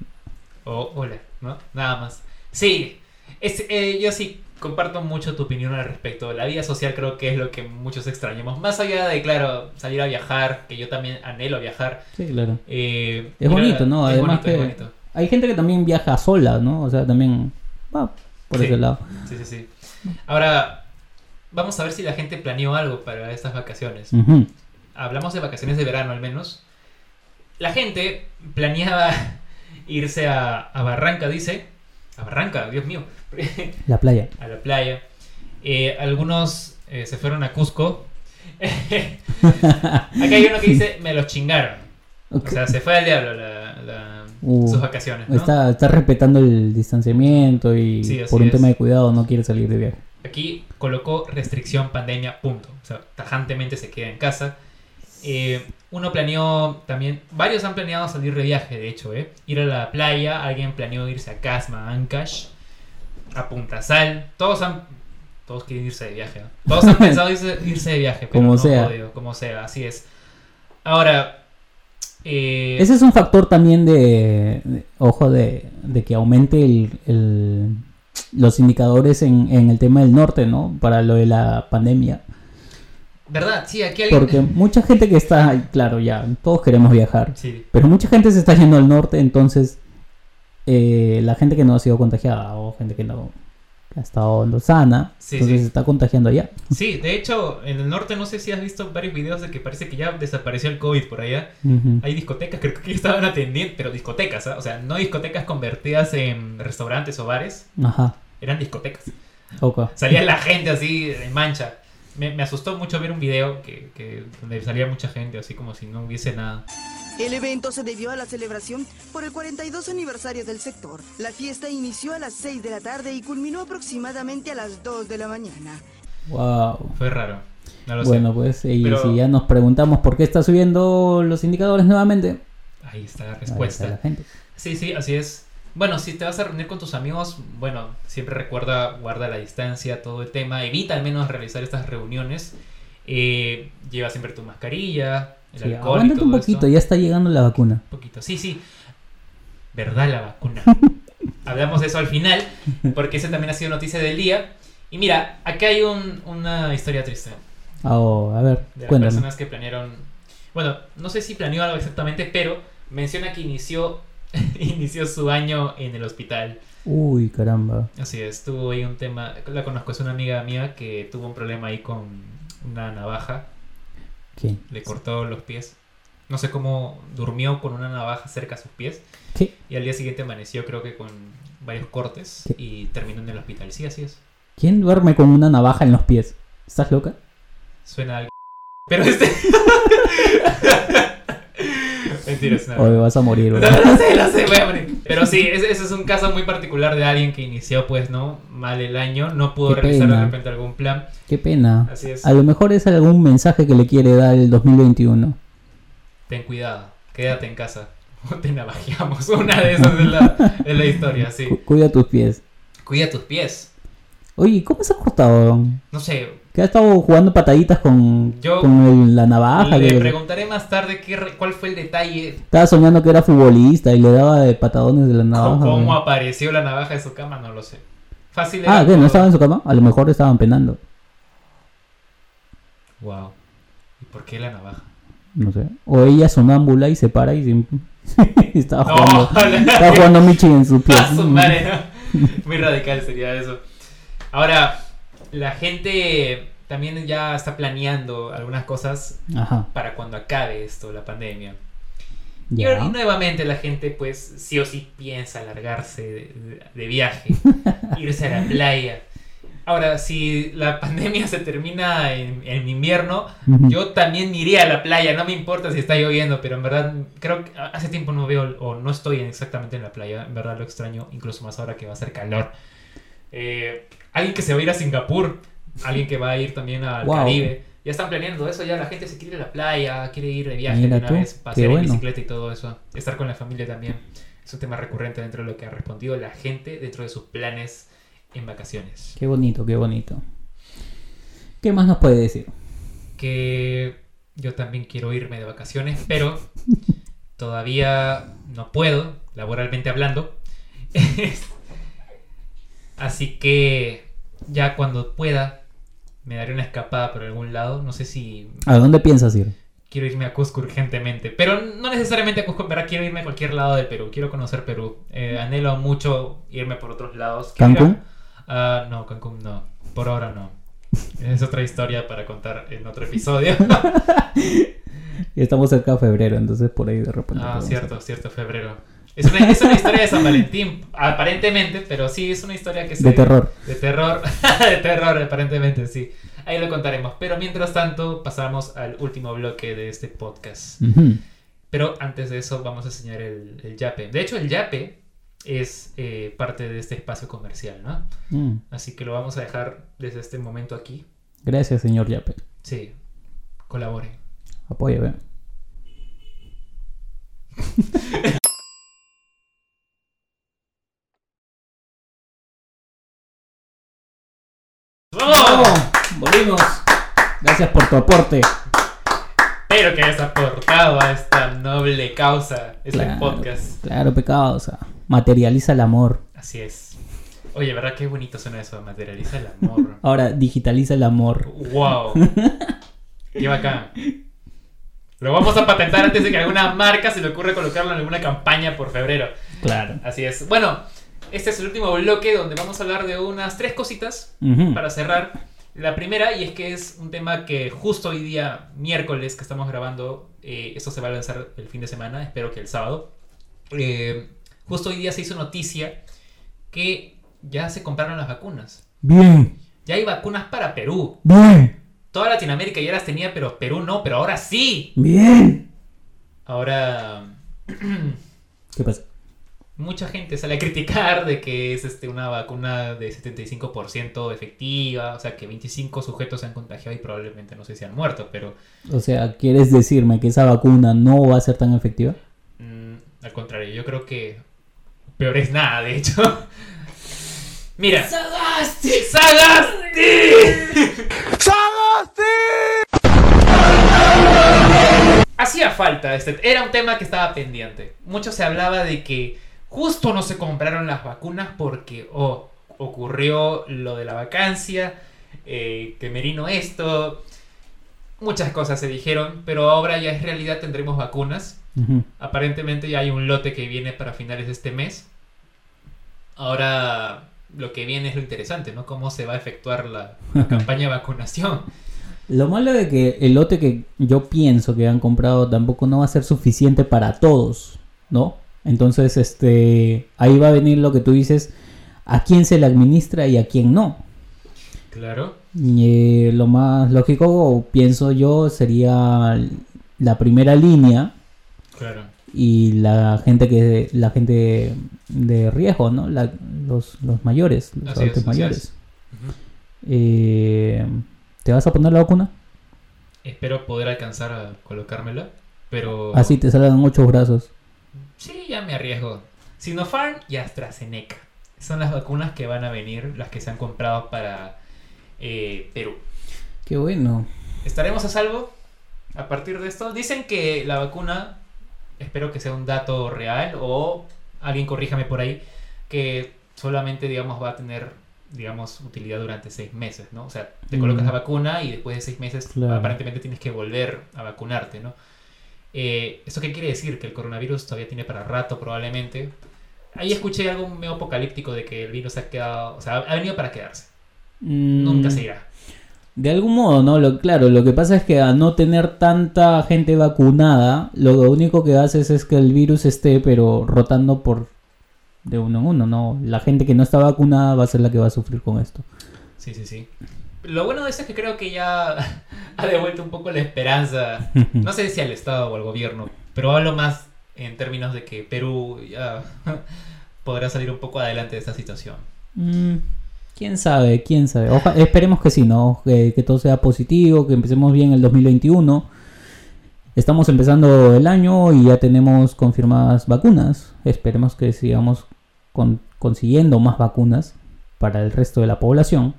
[SPEAKER 2] O hola, ¿no? Nada más. Sí, es, eh, yo sí comparto mucho tu opinión al respecto. La vida social creo que es lo que muchos extrañamos. Más allá de, claro, salir a viajar, que yo también anhelo viajar.
[SPEAKER 3] Sí, claro.
[SPEAKER 2] eh,
[SPEAKER 3] Es
[SPEAKER 2] ir a-
[SPEAKER 3] bonito, ¿no?
[SPEAKER 2] es
[SPEAKER 3] Además
[SPEAKER 2] bonito, es
[SPEAKER 3] que-
[SPEAKER 2] bonito.
[SPEAKER 3] Hay gente que también viaja sola, ¿no? O sea, también va por
[SPEAKER 2] Sí.
[SPEAKER 3] ese lado.
[SPEAKER 2] Sí, sí, sí. Ahora, vamos a ver si la gente planeó algo para estas vacaciones.
[SPEAKER 3] Ujú.
[SPEAKER 2] hablamos de vacaciones de verano al menos, la gente planeaba irse a, a Barranca, dice. A Barranca, Dios mío.
[SPEAKER 3] La playa.
[SPEAKER 2] a la playa. Eh, algunos eh, se fueron a Cusco. Acá hay uno que dice, me los chingaron. O
[SPEAKER 3] Ok.
[SPEAKER 2] sea, se fue al diablo la- la-
[SPEAKER 3] Uh,
[SPEAKER 2] sus vacaciones. ¿no?
[SPEAKER 3] Está, está respetando el distanciamiento y
[SPEAKER 2] Sí, así
[SPEAKER 3] por un
[SPEAKER 2] es.
[SPEAKER 3] tema de cuidado no quiere salir de viaje.
[SPEAKER 2] Aquí colocó restricción pandemia, punto. O sea, tajantemente se queda en casa. Eh, uno planeó también, varios han planeado salir de viaje, de hecho, ¿eh? Ir a la playa, alguien planeó irse a Casma, a Ancash, a Punta Sal. Todos han, todos quieren irse de viaje, ¿no? Todos han pensado irse, irse de viaje, pero
[SPEAKER 3] Como
[SPEAKER 2] no
[SPEAKER 3] sea.
[SPEAKER 2] han podido, como sea, así es. Ahora, eh,
[SPEAKER 3] Ese es un factor también de, de- ojo, de, de que aumente el, el- los indicadores en, en el tema del norte, ¿no? Para lo de la pandemia.
[SPEAKER 2] ¿verdad? Sí, aquí alguien...
[SPEAKER 3] Porque mucha gente que está, claro, ya, todos queremos viajar,
[SPEAKER 2] Sí,
[SPEAKER 3] pero mucha gente se está yendo al norte, entonces eh, la gente que no ha sido contagiada o gente que no que ha estado no sana,
[SPEAKER 2] Sí,
[SPEAKER 3] entonces
[SPEAKER 2] sí.
[SPEAKER 3] se está contagiando allá.
[SPEAKER 2] sí, de hecho, en el norte no sé si has visto varios videos de que parece que ya desapareció el COVID por allá.
[SPEAKER 3] Ujú.
[SPEAKER 2] Hay discotecas, creo que estaban atendiendo, pero discotecas, ¿ah? o sea, no discotecas convertidas en restaurantes o bares,
[SPEAKER 3] Ajá,
[SPEAKER 2] eran discotecas.
[SPEAKER 3] ok.
[SPEAKER 2] Salía la gente así en mancha. me, me asustó mucho ver un video que, que- donde salía mucha gente, así como si no hubiese nada.
[SPEAKER 9] El evento se debió a la celebración por el 42 aniversario del sector. La fiesta inició a las 6 de la tarde y culminó aproximadamente a las 2 de la mañana.
[SPEAKER 3] Wow.
[SPEAKER 2] Fue raro. No lo
[SPEAKER 3] Bueno, pues y
[SPEAKER 2] Pero-
[SPEAKER 3] si ya nos preguntamos por qué está subiendo los indicadores nuevamente,
[SPEAKER 2] sé. Ahí está la
[SPEAKER 3] ahí está
[SPEAKER 2] respuesta.
[SPEAKER 3] la gente.
[SPEAKER 2] Sí, sí, así es. Bueno, si te vas a reunir con tus amigos, bueno, siempre recuerda, guarda la distancia, todo el tema. Evita al menos realizar estas reuniones. Eh, lleva siempre tu mascarilla, el
[SPEAKER 3] Sí,
[SPEAKER 2] alcohol. y
[SPEAKER 3] aguántate un
[SPEAKER 2] todo
[SPEAKER 3] poquito,
[SPEAKER 2] esto.
[SPEAKER 3] ya está llegando la vacuna.
[SPEAKER 2] Un poquito, sí, sí. ¿Verdad la vacuna? Hablamos de eso al final, porque esa también ha sido noticia del día. Y mira, acá hay un- una historia triste
[SPEAKER 3] Ah, oh, a ver,
[SPEAKER 2] de las
[SPEAKER 3] cuéntame.
[SPEAKER 2] personas que planearon. Bueno, no sé si planeó algo exactamente, pero menciona que inició, inició su año en el hospital.
[SPEAKER 3] Uy, caramba.
[SPEAKER 2] Así es, tuvo ahí un tema. La conozco, es una amiga mía que tuvo un problema ahí con una navaja.
[SPEAKER 3] ¿Quién?
[SPEAKER 2] Le cortó los pies. No sé cómo durmió con una navaja cerca a sus pies.
[SPEAKER 3] ¿Qué?
[SPEAKER 2] Y al día siguiente amaneció, creo que con varios cortes.
[SPEAKER 3] ¿Qué?
[SPEAKER 2] Y terminó en el hospital. Sí, así es.
[SPEAKER 3] ¿Quién duerme con una navaja en los pies? ¿Estás loca?
[SPEAKER 2] Suena a alguien. Pero este. Mentira, es una
[SPEAKER 3] Hoy vas a morir,
[SPEAKER 2] No,
[SPEAKER 3] ¿verdad?
[SPEAKER 2] lo sé, lo sé, voy a morir. Pero sí, ese, ese es un caso muy particular de alguien que inició, pues, ¿no? Mal el año, no pudo
[SPEAKER 3] Qué
[SPEAKER 2] realizar de
[SPEAKER 3] pena.
[SPEAKER 2] repente algún plan.
[SPEAKER 3] Qué pena.
[SPEAKER 2] Así es.
[SPEAKER 3] A lo mejor es algún mensaje que le quiere dar el 2021.
[SPEAKER 2] Ten cuidado, quédate en casa. O te navajeamos. Una de esas es la, es la historia, sí.
[SPEAKER 3] Cu- Cuida tus pies.
[SPEAKER 2] Cuida tus pies.
[SPEAKER 3] Oye, ¿cómo se ha cortado?
[SPEAKER 2] No sé,
[SPEAKER 3] ¿Que ha estado jugando pataditas con,
[SPEAKER 2] Yo
[SPEAKER 3] con el- la navaja?
[SPEAKER 2] le
[SPEAKER 3] que-
[SPEAKER 2] preguntaré más tarde qué, re- cuál fue el detalle.
[SPEAKER 3] Estaba soñando que era futbolista y le daba de patadones de la
[SPEAKER 2] o
[SPEAKER 3] navaja.
[SPEAKER 2] ¿Cómo
[SPEAKER 3] güey.
[SPEAKER 2] apareció la navaja de su cama? No lo sé. Fácil
[SPEAKER 3] Ah,
[SPEAKER 2] era
[SPEAKER 3] ¿qué? ¿No
[SPEAKER 2] todo.
[SPEAKER 3] estaba en su cama? A lo mejor estaban penando.
[SPEAKER 2] Wow. ¿Y por qué la navaja?
[SPEAKER 3] No sé. O ella sonámbula y se para y, se- y estaba
[SPEAKER 2] No,
[SPEAKER 3] jugando.
[SPEAKER 2] la-
[SPEAKER 3] Estaba jugando Michi en su pies.
[SPEAKER 2] Ah, su madre, ¿no? Muy radical sería eso. Ahora, la gente también ya está planeando algunas cosas
[SPEAKER 3] Ajá.
[SPEAKER 2] para cuando acabe esto, la pandemia. Y
[SPEAKER 3] Ya.
[SPEAKER 2] ahora- Y nuevamente la gente, pues, sí o sí piensa alargarse de, de viaje, irse a la playa. Ahora, si la pandemia se termina en, en invierno,
[SPEAKER 3] Ujú.
[SPEAKER 2] yo también iría a la playa, no me importa si está lloviendo, pero en verdad creo que hace tiempo no veo o no estoy exactamente en la playa, en verdad lo extraño, incluso más ahora que va a hacer calor. Eh, alguien que se va a ir a Singapur, alguien que va a ir también al
[SPEAKER 3] Wow.
[SPEAKER 2] Caribe, ya están planeando eso, ya la gente se quiere ir a la playa, quiere ir de viaje
[SPEAKER 3] Mira
[SPEAKER 2] de una
[SPEAKER 3] tú,
[SPEAKER 2] vez,
[SPEAKER 3] qué
[SPEAKER 2] pasear en
[SPEAKER 3] bueno.
[SPEAKER 2] bicicleta y todo eso, estar con la familia también. Es un tema recurrente dentro de lo que ha respondido la gente dentro de sus planes en vacaciones.
[SPEAKER 3] Qué bonito, qué bonito. ¿Qué más nos puede decir?
[SPEAKER 2] que yo también quiero irme de vacaciones, pero todavía no puedo, laboralmente hablando. Así que ya cuando pueda, me daré una escapada por algún lado. No sé si
[SPEAKER 3] ¿A dónde piensas ir?
[SPEAKER 2] quiero irme a Cusco urgentemente, pero no necesariamente a Cusco, en verdad quiero irme a cualquier lado de Perú, quiero conocer Perú. Eh, anhelo mucho irme por otros lados. Quiero ir a-
[SPEAKER 3] ¿Cancún?
[SPEAKER 2] Ah, no, Cancún no. Por ahora no. Es otra historia para contar en otro episodio.
[SPEAKER 3] Estamos cerca de febrero, entonces por ahí de repente.
[SPEAKER 2] Ah,
[SPEAKER 3] pues, podemos
[SPEAKER 2] cierto, cierto, febrero. Es una, es una historia de San Valentín, aparentemente, pero sí, es una historia que
[SPEAKER 3] ir.
[SPEAKER 2] se...
[SPEAKER 3] De terror.
[SPEAKER 2] De terror, de terror, aparentemente, sí. Ahí lo contaremos. Pero mientras tanto, pasamos al último bloque de este podcast.
[SPEAKER 3] Ujú.
[SPEAKER 2] Pero antes de eso, vamos a enseñar el, el yape. De hecho, el yape es eh, parte de este espacio comercial, ¿no?
[SPEAKER 3] Mm.
[SPEAKER 2] Así que lo vamos a dejar desde este momento aquí.
[SPEAKER 3] Gracias, señor Yape.
[SPEAKER 2] Sí, colaboren.
[SPEAKER 3] Apóyame.
[SPEAKER 2] ¡Vamos!
[SPEAKER 3] ¡Oh! Volvimos. Gracias por tu aporte.
[SPEAKER 2] Espero que hayas aportado a esta noble causa, este podcast.
[SPEAKER 3] Claro, pecado. O sea, materializa el amor.
[SPEAKER 2] Así es. Oye, ¿verdad qué bonito suena eso? Materializa el amor.
[SPEAKER 3] Ahora, digitaliza el amor.
[SPEAKER 2] ¡Wow! ¡Qué bacán! Lo vamos a patentar antes de que alguna marca se le ocurra colocarlo en alguna campaña por febrero.
[SPEAKER 3] Claro.
[SPEAKER 2] Así es. Bueno, este es el último bloque donde vamos a hablar de unas tres cositas
[SPEAKER 3] Ujú.
[SPEAKER 2] para cerrar. La primera, y es que es un tema que justo hoy día, miércoles, que estamos grabando, eh, esto se va a lanzar el fin de semana, espero que el sábado. Eh, justo hoy día se hizo noticia que ya se compraron las vacunas.
[SPEAKER 3] Bien,
[SPEAKER 2] Ya hay vacunas para Perú.
[SPEAKER 3] bien.
[SPEAKER 2] Toda Latinoamérica ya las tenía, pero Perú no, pero ahora sí.
[SPEAKER 3] Bien.
[SPEAKER 2] Ahora
[SPEAKER 3] ¿Qué pasa?
[SPEAKER 2] mucha gente sale a criticar de que es este, una vacuna de 75% efectiva, o sea que 25 sujetos se han contagiado y probablemente no sé si han muerto, pero
[SPEAKER 3] O sea, ¿quieres decirme que esa vacuna no va a ser tan efectiva?
[SPEAKER 2] Mm, al contrario, yo creo que peor es nada, de hecho. Mira. ¡Sagasti! ¡Sagasti! Hacía falta, este, era un tema que estaba pendiente. Mucho se hablaba de que justo no se compraron las vacunas porque oh, ocurrió lo de la vacancia, eh, que Merino esto, muchas cosas se dijeron, pero ahora ya es realidad, tendremos vacunas.
[SPEAKER 3] Ujú.
[SPEAKER 2] Aparentemente ya hay un lote que viene para finales de este mes. Ahora lo que viene es lo interesante, ¿no? Cómo se va a efectuar la campaña de vacunación.
[SPEAKER 3] Lo malo de que el lote que yo pienso que han comprado tampoco no va a ser suficiente para todos, ¿no? Entonces, este, ahí va a venir lo que tú dices, a quién se le administra y a quién no.
[SPEAKER 2] Claro.
[SPEAKER 3] Y, eh, lo más lógico, pienso yo, sería la primera línea
[SPEAKER 2] Claro.
[SPEAKER 3] y la gente que la gente de riesgo, ¿no? La- los, los mayores, los
[SPEAKER 2] Así
[SPEAKER 3] adultos
[SPEAKER 2] es, así
[SPEAKER 3] mayores.
[SPEAKER 2] es. Ujú.
[SPEAKER 3] Eh, ¿Te vas a poner la vacuna?
[SPEAKER 2] Espero poder alcanzar a colocármela, pero...
[SPEAKER 3] Así te salen ocho brazos.
[SPEAKER 2] Sí, ya me arriesgo. Sinopharm y AstraZeneca. Son las vacunas que van a venir, las que se han comprado para eh, Perú.
[SPEAKER 3] Qué bueno.
[SPEAKER 2] ¿Estaremos a salvo a partir de esto? Dicen que la vacuna, espero que sea un dato real o alguien corríjame por ahí, que solamente, digamos, va a tener, digamos, utilidad durante seis meses, ¿no? O sea, te colocas
[SPEAKER 3] Mm.
[SPEAKER 2] la vacuna y después de seis meses
[SPEAKER 3] Claro.
[SPEAKER 2] aparentemente tienes que volver a vacunarte, ¿no? Eh, ¿Esto qué quiere decir? Que el coronavirus todavía tiene para rato probablemente. Ahí escuché algo medio apocalíptico de que el virus ha quedado, o sea, ha venido para quedarse.
[SPEAKER 3] Mm.
[SPEAKER 2] Nunca se irá.
[SPEAKER 3] De algún modo, ¿no? Lo, claro, lo que pasa es que al no tener tanta gente vacunada, lo único que haces es que el virus esté, pero rotando por de uno en uno, ¿no? La gente que no está vacunada va a ser la que va a sufrir con esto.
[SPEAKER 2] Sí, sí, sí. Lo bueno de eso es que creo que ya ha devuelto un poco la esperanza, no sé si al Estado o al gobierno, pero hablo más en términos de que Perú ya podrá salir un poco adelante de esta situación.
[SPEAKER 3] Mm, quién sabe, quién sabe. Oja- esperemos que sí, ¿no? Que, que todo sea positivo, que empecemos bien el 2021. Estamos empezando el año y ya tenemos confirmadas vacunas. Esperemos que sigamos con- consiguiendo más vacunas para el resto de la población.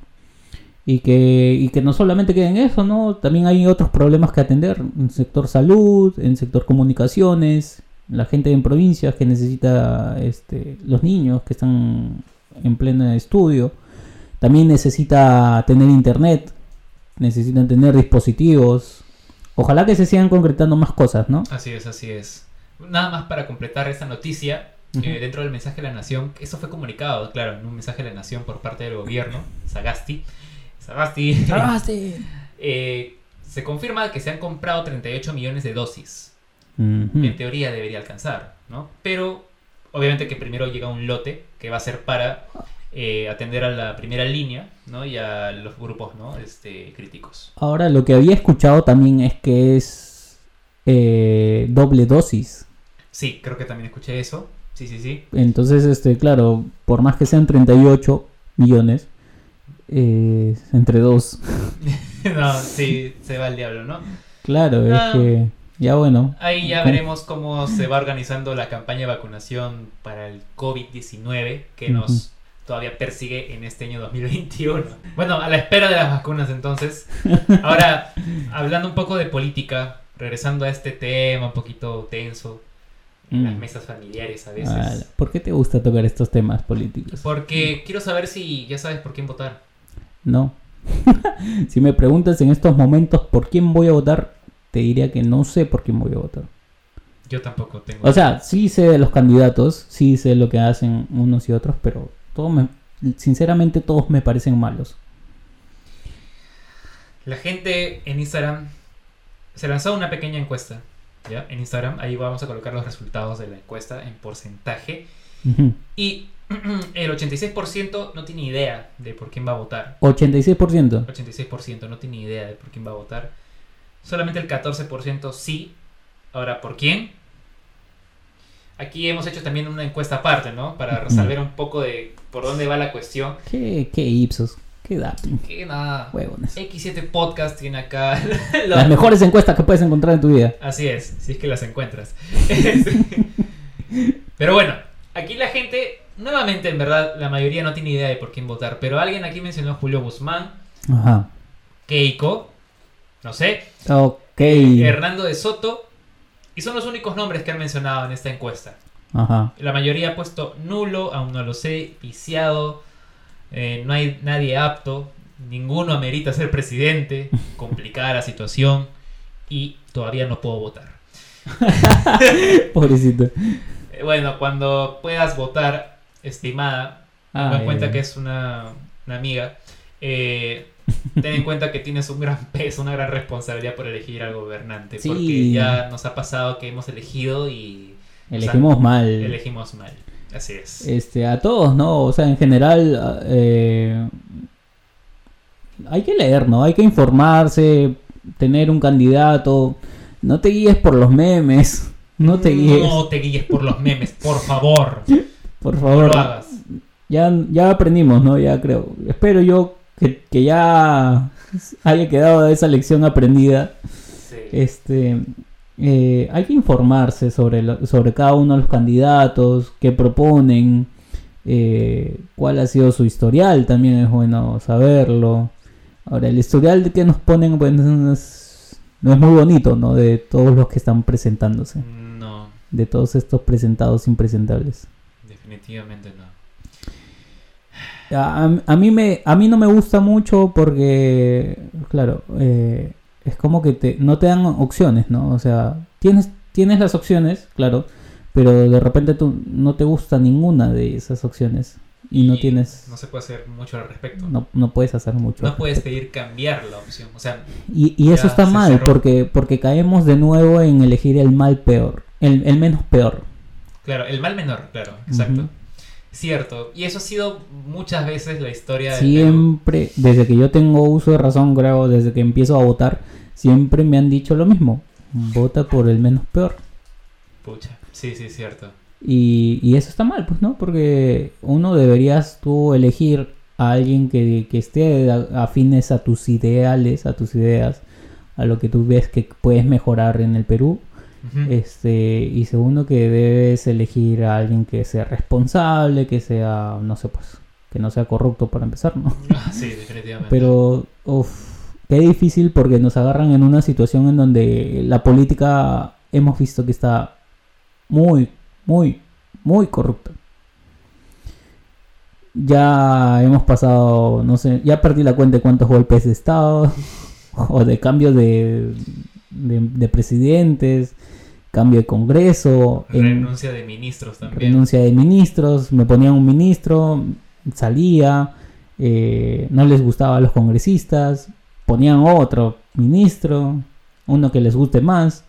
[SPEAKER 3] Y que, y que no solamente quede en eso, ¿no? También hay otros problemas que atender. En sector salud, en sector comunicaciones, la gente en provincias que necesita este, los niños que están en pleno estudio. También necesita tener internet, necesitan tener dispositivos. Ojalá que se sigan concretando más cosas, ¿no?
[SPEAKER 2] Así es, así es. Nada más para completar esta noticia, eh,
[SPEAKER 3] Ujú.
[SPEAKER 2] dentro del mensaje de la Nación, eso fue comunicado, claro, en un mensaje de la Nación por parte del gobierno, Sagasti. Sagasti.
[SPEAKER 3] Ah.
[SPEAKER 2] Eh, se confirma que se han comprado 38 millones de dosis.
[SPEAKER 3] Ujú.
[SPEAKER 2] en teoría debería alcanzar, ¿no? Pero obviamente que primero llega un lote que va a ser para eh, atender a la primera línea, ¿no? Y a los grupos, ¿no? Este, críticos.
[SPEAKER 3] Ahora, lo que había escuchado también es que es eh, doble dosis.
[SPEAKER 2] Sí, creo que también escuché eso. Sí, sí, sí.
[SPEAKER 3] Entonces, este, claro, por más que sean 38 millones, eh, entre dos.
[SPEAKER 2] no, sí, se va el diablo, ¿no?
[SPEAKER 3] Claro,
[SPEAKER 2] Ah.
[SPEAKER 3] es que ya bueno.
[SPEAKER 2] Ahí ya
[SPEAKER 3] Ok.
[SPEAKER 2] veremos cómo se va organizando la campaña de vacunación para el COVID-19 que nos
[SPEAKER 3] Ujú.
[SPEAKER 2] todavía persigue en este año 2021. Bueno, a la espera de las vacunas entonces. Ahora, hablando un poco de política, regresando a este tema un poquito tenso, en
[SPEAKER 3] Mm.
[SPEAKER 2] las mesas familiares a veces.
[SPEAKER 3] Ah, ¿Por qué te gusta tocar estos temas políticos?
[SPEAKER 2] Porque quiero saber si ya sabes por quién votar.
[SPEAKER 3] No. si me preguntas en estos momentos por quién voy a votar, te diría que no sé por quién voy a votar.
[SPEAKER 2] Yo tampoco tengo.
[SPEAKER 3] O sea, sí sé de los candidatos, sí sé lo que hacen unos y otros, pero todos me, sinceramente todos me parecen malos.
[SPEAKER 2] La gente en Instagram se lanzó una pequeña encuesta. ¿Ya? En Instagram, ahí vamos a colocar los resultados de la encuesta en porcentaje.
[SPEAKER 3] Ujú.
[SPEAKER 2] Y El 86% no tiene idea de por quién va a votar.
[SPEAKER 3] 86%.
[SPEAKER 2] 86% no tiene idea de por quién va a votar. Solamente el 14% sí. Ahora, ¿por quién? Aquí hemos hecho también una encuesta aparte, ¿no? Para resolver un poco de por dónde va la cuestión.
[SPEAKER 3] ¿Qué, qué Ipsos? ¿Qué dato?
[SPEAKER 2] Que nada.
[SPEAKER 3] Huevones.
[SPEAKER 2] X7 Podcast tiene acá los-
[SPEAKER 3] Las mejores encuestas que puedes encontrar en tu vida.
[SPEAKER 2] Así es, si es que las encuentras. Este, pero bueno, aquí la gente, nuevamente en verdad, la mayoría no tiene idea de por quién votar. Pero alguien aquí mencionó a Julio Guzmán,
[SPEAKER 3] Ajá.
[SPEAKER 2] Keiko, no sé,
[SPEAKER 3] Ok.
[SPEAKER 2] Hernando de Soto. Y son los únicos nombres que han mencionado en esta encuesta.
[SPEAKER 3] Ajá.
[SPEAKER 2] La mayoría ha puesto nulo, aún no lo sé, viciado, eh, no hay nadie apto, ninguno amerita ser presidente, complicada la situación y todavía no puedo votar.
[SPEAKER 3] Pobrecito.
[SPEAKER 2] Eh, Bueno, cuando puedas votar, estimada, ten
[SPEAKER 3] Ay,
[SPEAKER 2] en cuenta
[SPEAKER 3] ay,
[SPEAKER 2] que
[SPEAKER 3] ay.
[SPEAKER 2] es una, una amiga, eh, ten en cuenta que tienes un gran peso, una gran responsabilidad por elegir al gobernante,
[SPEAKER 3] Sí.
[SPEAKER 2] porque ya nos ha pasado que hemos elegido y
[SPEAKER 3] Elegimos mal.
[SPEAKER 2] elegimos mal. Así es.
[SPEAKER 3] Este, a todos, ¿no? O sea, en general, a- eh, hay que leer, ¿no? Hay que informarse, tener un candidato. No te guíes por los memes. No te guíes,
[SPEAKER 2] No te guíes por los memes, por favor.
[SPEAKER 3] por
[SPEAKER 2] No
[SPEAKER 3] favor.
[SPEAKER 2] lo hagas.
[SPEAKER 3] ya, ya aprendimos, ¿no? Ya creo. Espero yo que, que ya haya quedado esa lección aprendida.
[SPEAKER 2] Sí.
[SPEAKER 3] Este, eh, hay que informarse sobre, lo- sobre cada uno de los candidatos, qué proponen, eh, cuál ha sido su historial, también es bueno saberlo. Ahora, el historial que nos ponen, pues, no es, no es muy bonito, ¿no? De todos los que están presentándose,
[SPEAKER 2] No,
[SPEAKER 3] de todos estos presentados impresentables.
[SPEAKER 2] definitivamente no.
[SPEAKER 3] A, a- a mí me, a mí no me gusta mucho porque, claro, eh, es como que te, no te dan opciones, ¿no? O sea, tienes, tienes las opciones, claro, pero de repente tú no te gusta ninguna de esas opciones y no tienes,
[SPEAKER 2] No se puede hacer mucho al respecto. No,
[SPEAKER 3] no, no puedes hacer mucho.
[SPEAKER 2] puedes pedir cambiar la opción. O sea,
[SPEAKER 3] Y, y eso
[SPEAKER 2] Ya,
[SPEAKER 3] está
[SPEAKER 2] se
[SPEAKER 3] mal
[SPEAKER 2] cerró.
[SPEAKER 3] porque, porque caemos de nuevo en elegir el mal peor, el, el menos peor.
[SPEAKER 2] Claro, el mal menor, claro, exacto.
[SPEAKER 3] Ujú.
[SPEAKER 2] Cierto, y eso ha sido muchas veces la historia del Perú.
[SPEAKER 3] Siempre, desde que yo tengo uso de razón, creo, desde que empiezo a votar, siempre me han dicho lo mismo. Vota por el menos peor.
[SPEAKER 2] Pucha, sí, sí, cierto.
[SPEAKER 3] Y, y eso está mal, pues, ¿no? Porque uno deberías tú elegir a alguien que, que esté a- afines a tus ideales, a tus ideas, a lo que tú ves que puedes mejorar en el Perú.
[SPEAKER 2] Ujú.
[SPEAKER 3] Este, y segundo que debes elegir a alguien que sea responsable, que sea, no sé, pues, que no sea corrupto para empezar, ¿no?
[SPEAKER 2] Ah, sí, definitivamente.
[SPEAKER 3] Pero, uff, qué difícil porque nos agarran en una situación en donde la política hemos visto que está muy, muy, muy corrupta. Ya hemos pasado, no sé, ya perdí la cuenta de cuántos golpes de Estado o de cambio de, de, de presidentes, cambio de Congreso. en-
[SPEAKER 2] Renuncia de ministros también.
[SPEAKER 3] renuncia de ministros, me ponían un ministro, salía, eh, no les gustaba a los congresistas, ponían otro ministro, uno que les guste más.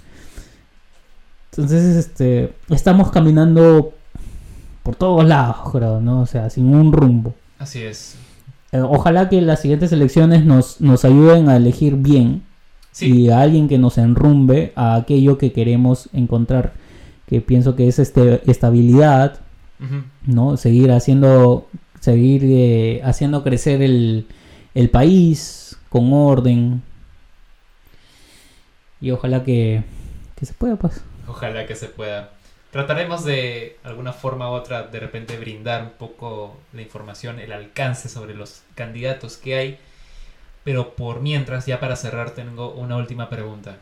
[SPEAKER 3] Entonces, este, estamos caminando por todos lados, creo, ¿no? O sea, sin un rumbo.
[SPEAKER 2] Así es.
[SPEAKER 3] Eh, ojalá que las siguientes elecciones nos, nos ayuden a elegir bien
[SPEAKER 2] Sí,
[SPEAKER 3] y a alguien que nos enrumbe a aquello que queremos encontrar, que pienso que es este, estabilidad,
[SPEAKER 2] ujú,
[SPEAKER 3] ¿no? Seguir haciendo, seguir eh, haciendo crecer el, el país con orden. Y ojalá que, que se pueda, pues.
[SPEAKER 2] ojalá que se pueda. Trataremos de alguna forma u otra de repente brindar un poco la información, el alcance sobre los candidatos que hay. Pero por mientras, ya para cerrar, tengo una última pregunta.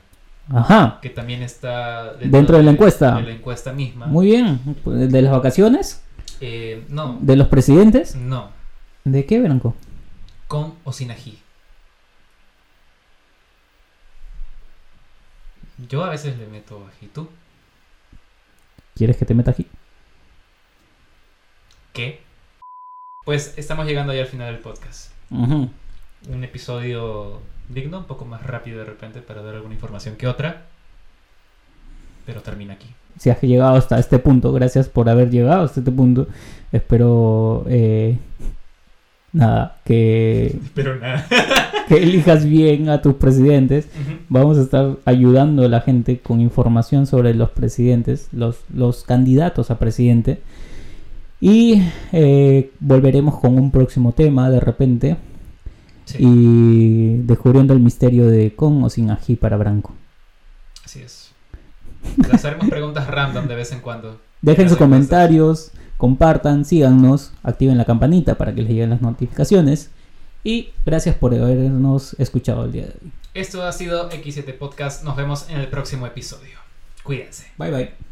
[SPEAKER 3] Ajá,
[SPEAKER 2] Que también está
[SPEAKER 3] Dentro de la encuesta.
[SPEAKER 2] De la encuesta misma.
[SPEAKER 3] muy bien. ¿De las vacaciones?
[SPEAKER 2] Eh, no,
[SPEAKER 3] ¿De los presidentes?
[SPEAKER 2] no.
[SPEAKER 3] ¿De qué, Branco?
[SPEAKER 2] ¿Con o sin ají? Yo a veces le meto ají. ¿Tú?
[SPEAKER 3] ¿Quieres que te meta aquí?
[SPEAKER 2] ¿Qué? Pues estamos llegando ya al final del podcast. Un episodio digno, un poco más rápido de repente para dar alguna información que otra. pero termina aquí.
[SPEAKER 3] Si has llegado hasta este punto, gracias por haber llegado hasta este punto. Espero. eh, nada, que,
[SPEAKER 2] Pero nada.
[SPEAKER 3] que elijas bien a tus presidentes.
[SPEAKER 2] Ujú.
[SPEAKER 3] Vamos a estar ayudando a la gente con información sobre los presidentes, los, los candidatos a presidente. Y eh, volveremos con un próximo tema de repente.
[SPEAKER 2] Sí,
[SPEAKER 3] Y descubriendo el misterio de con o sin ají para Branco.
[SPEAKER 2] así es. Lanzaremos preguntas random de vez en cuando.
[SPEAKER 3] Dejen
[SPEAKER 2] Ya
[SPEAKER 3] sus
[SPEAKER 2] se pasa.
[SPEAKER 3] comentarios, compartan, síganos, activen la campanita para que les lleguen las notificaciones. Y gracias por habernos escuchado el día de hoy.
[SPEAKER 2] Esto ha sido X7 Podcast. Nos vemos en el próximo episodio. Cuídense.
[SPEAKER 3] Bye bye.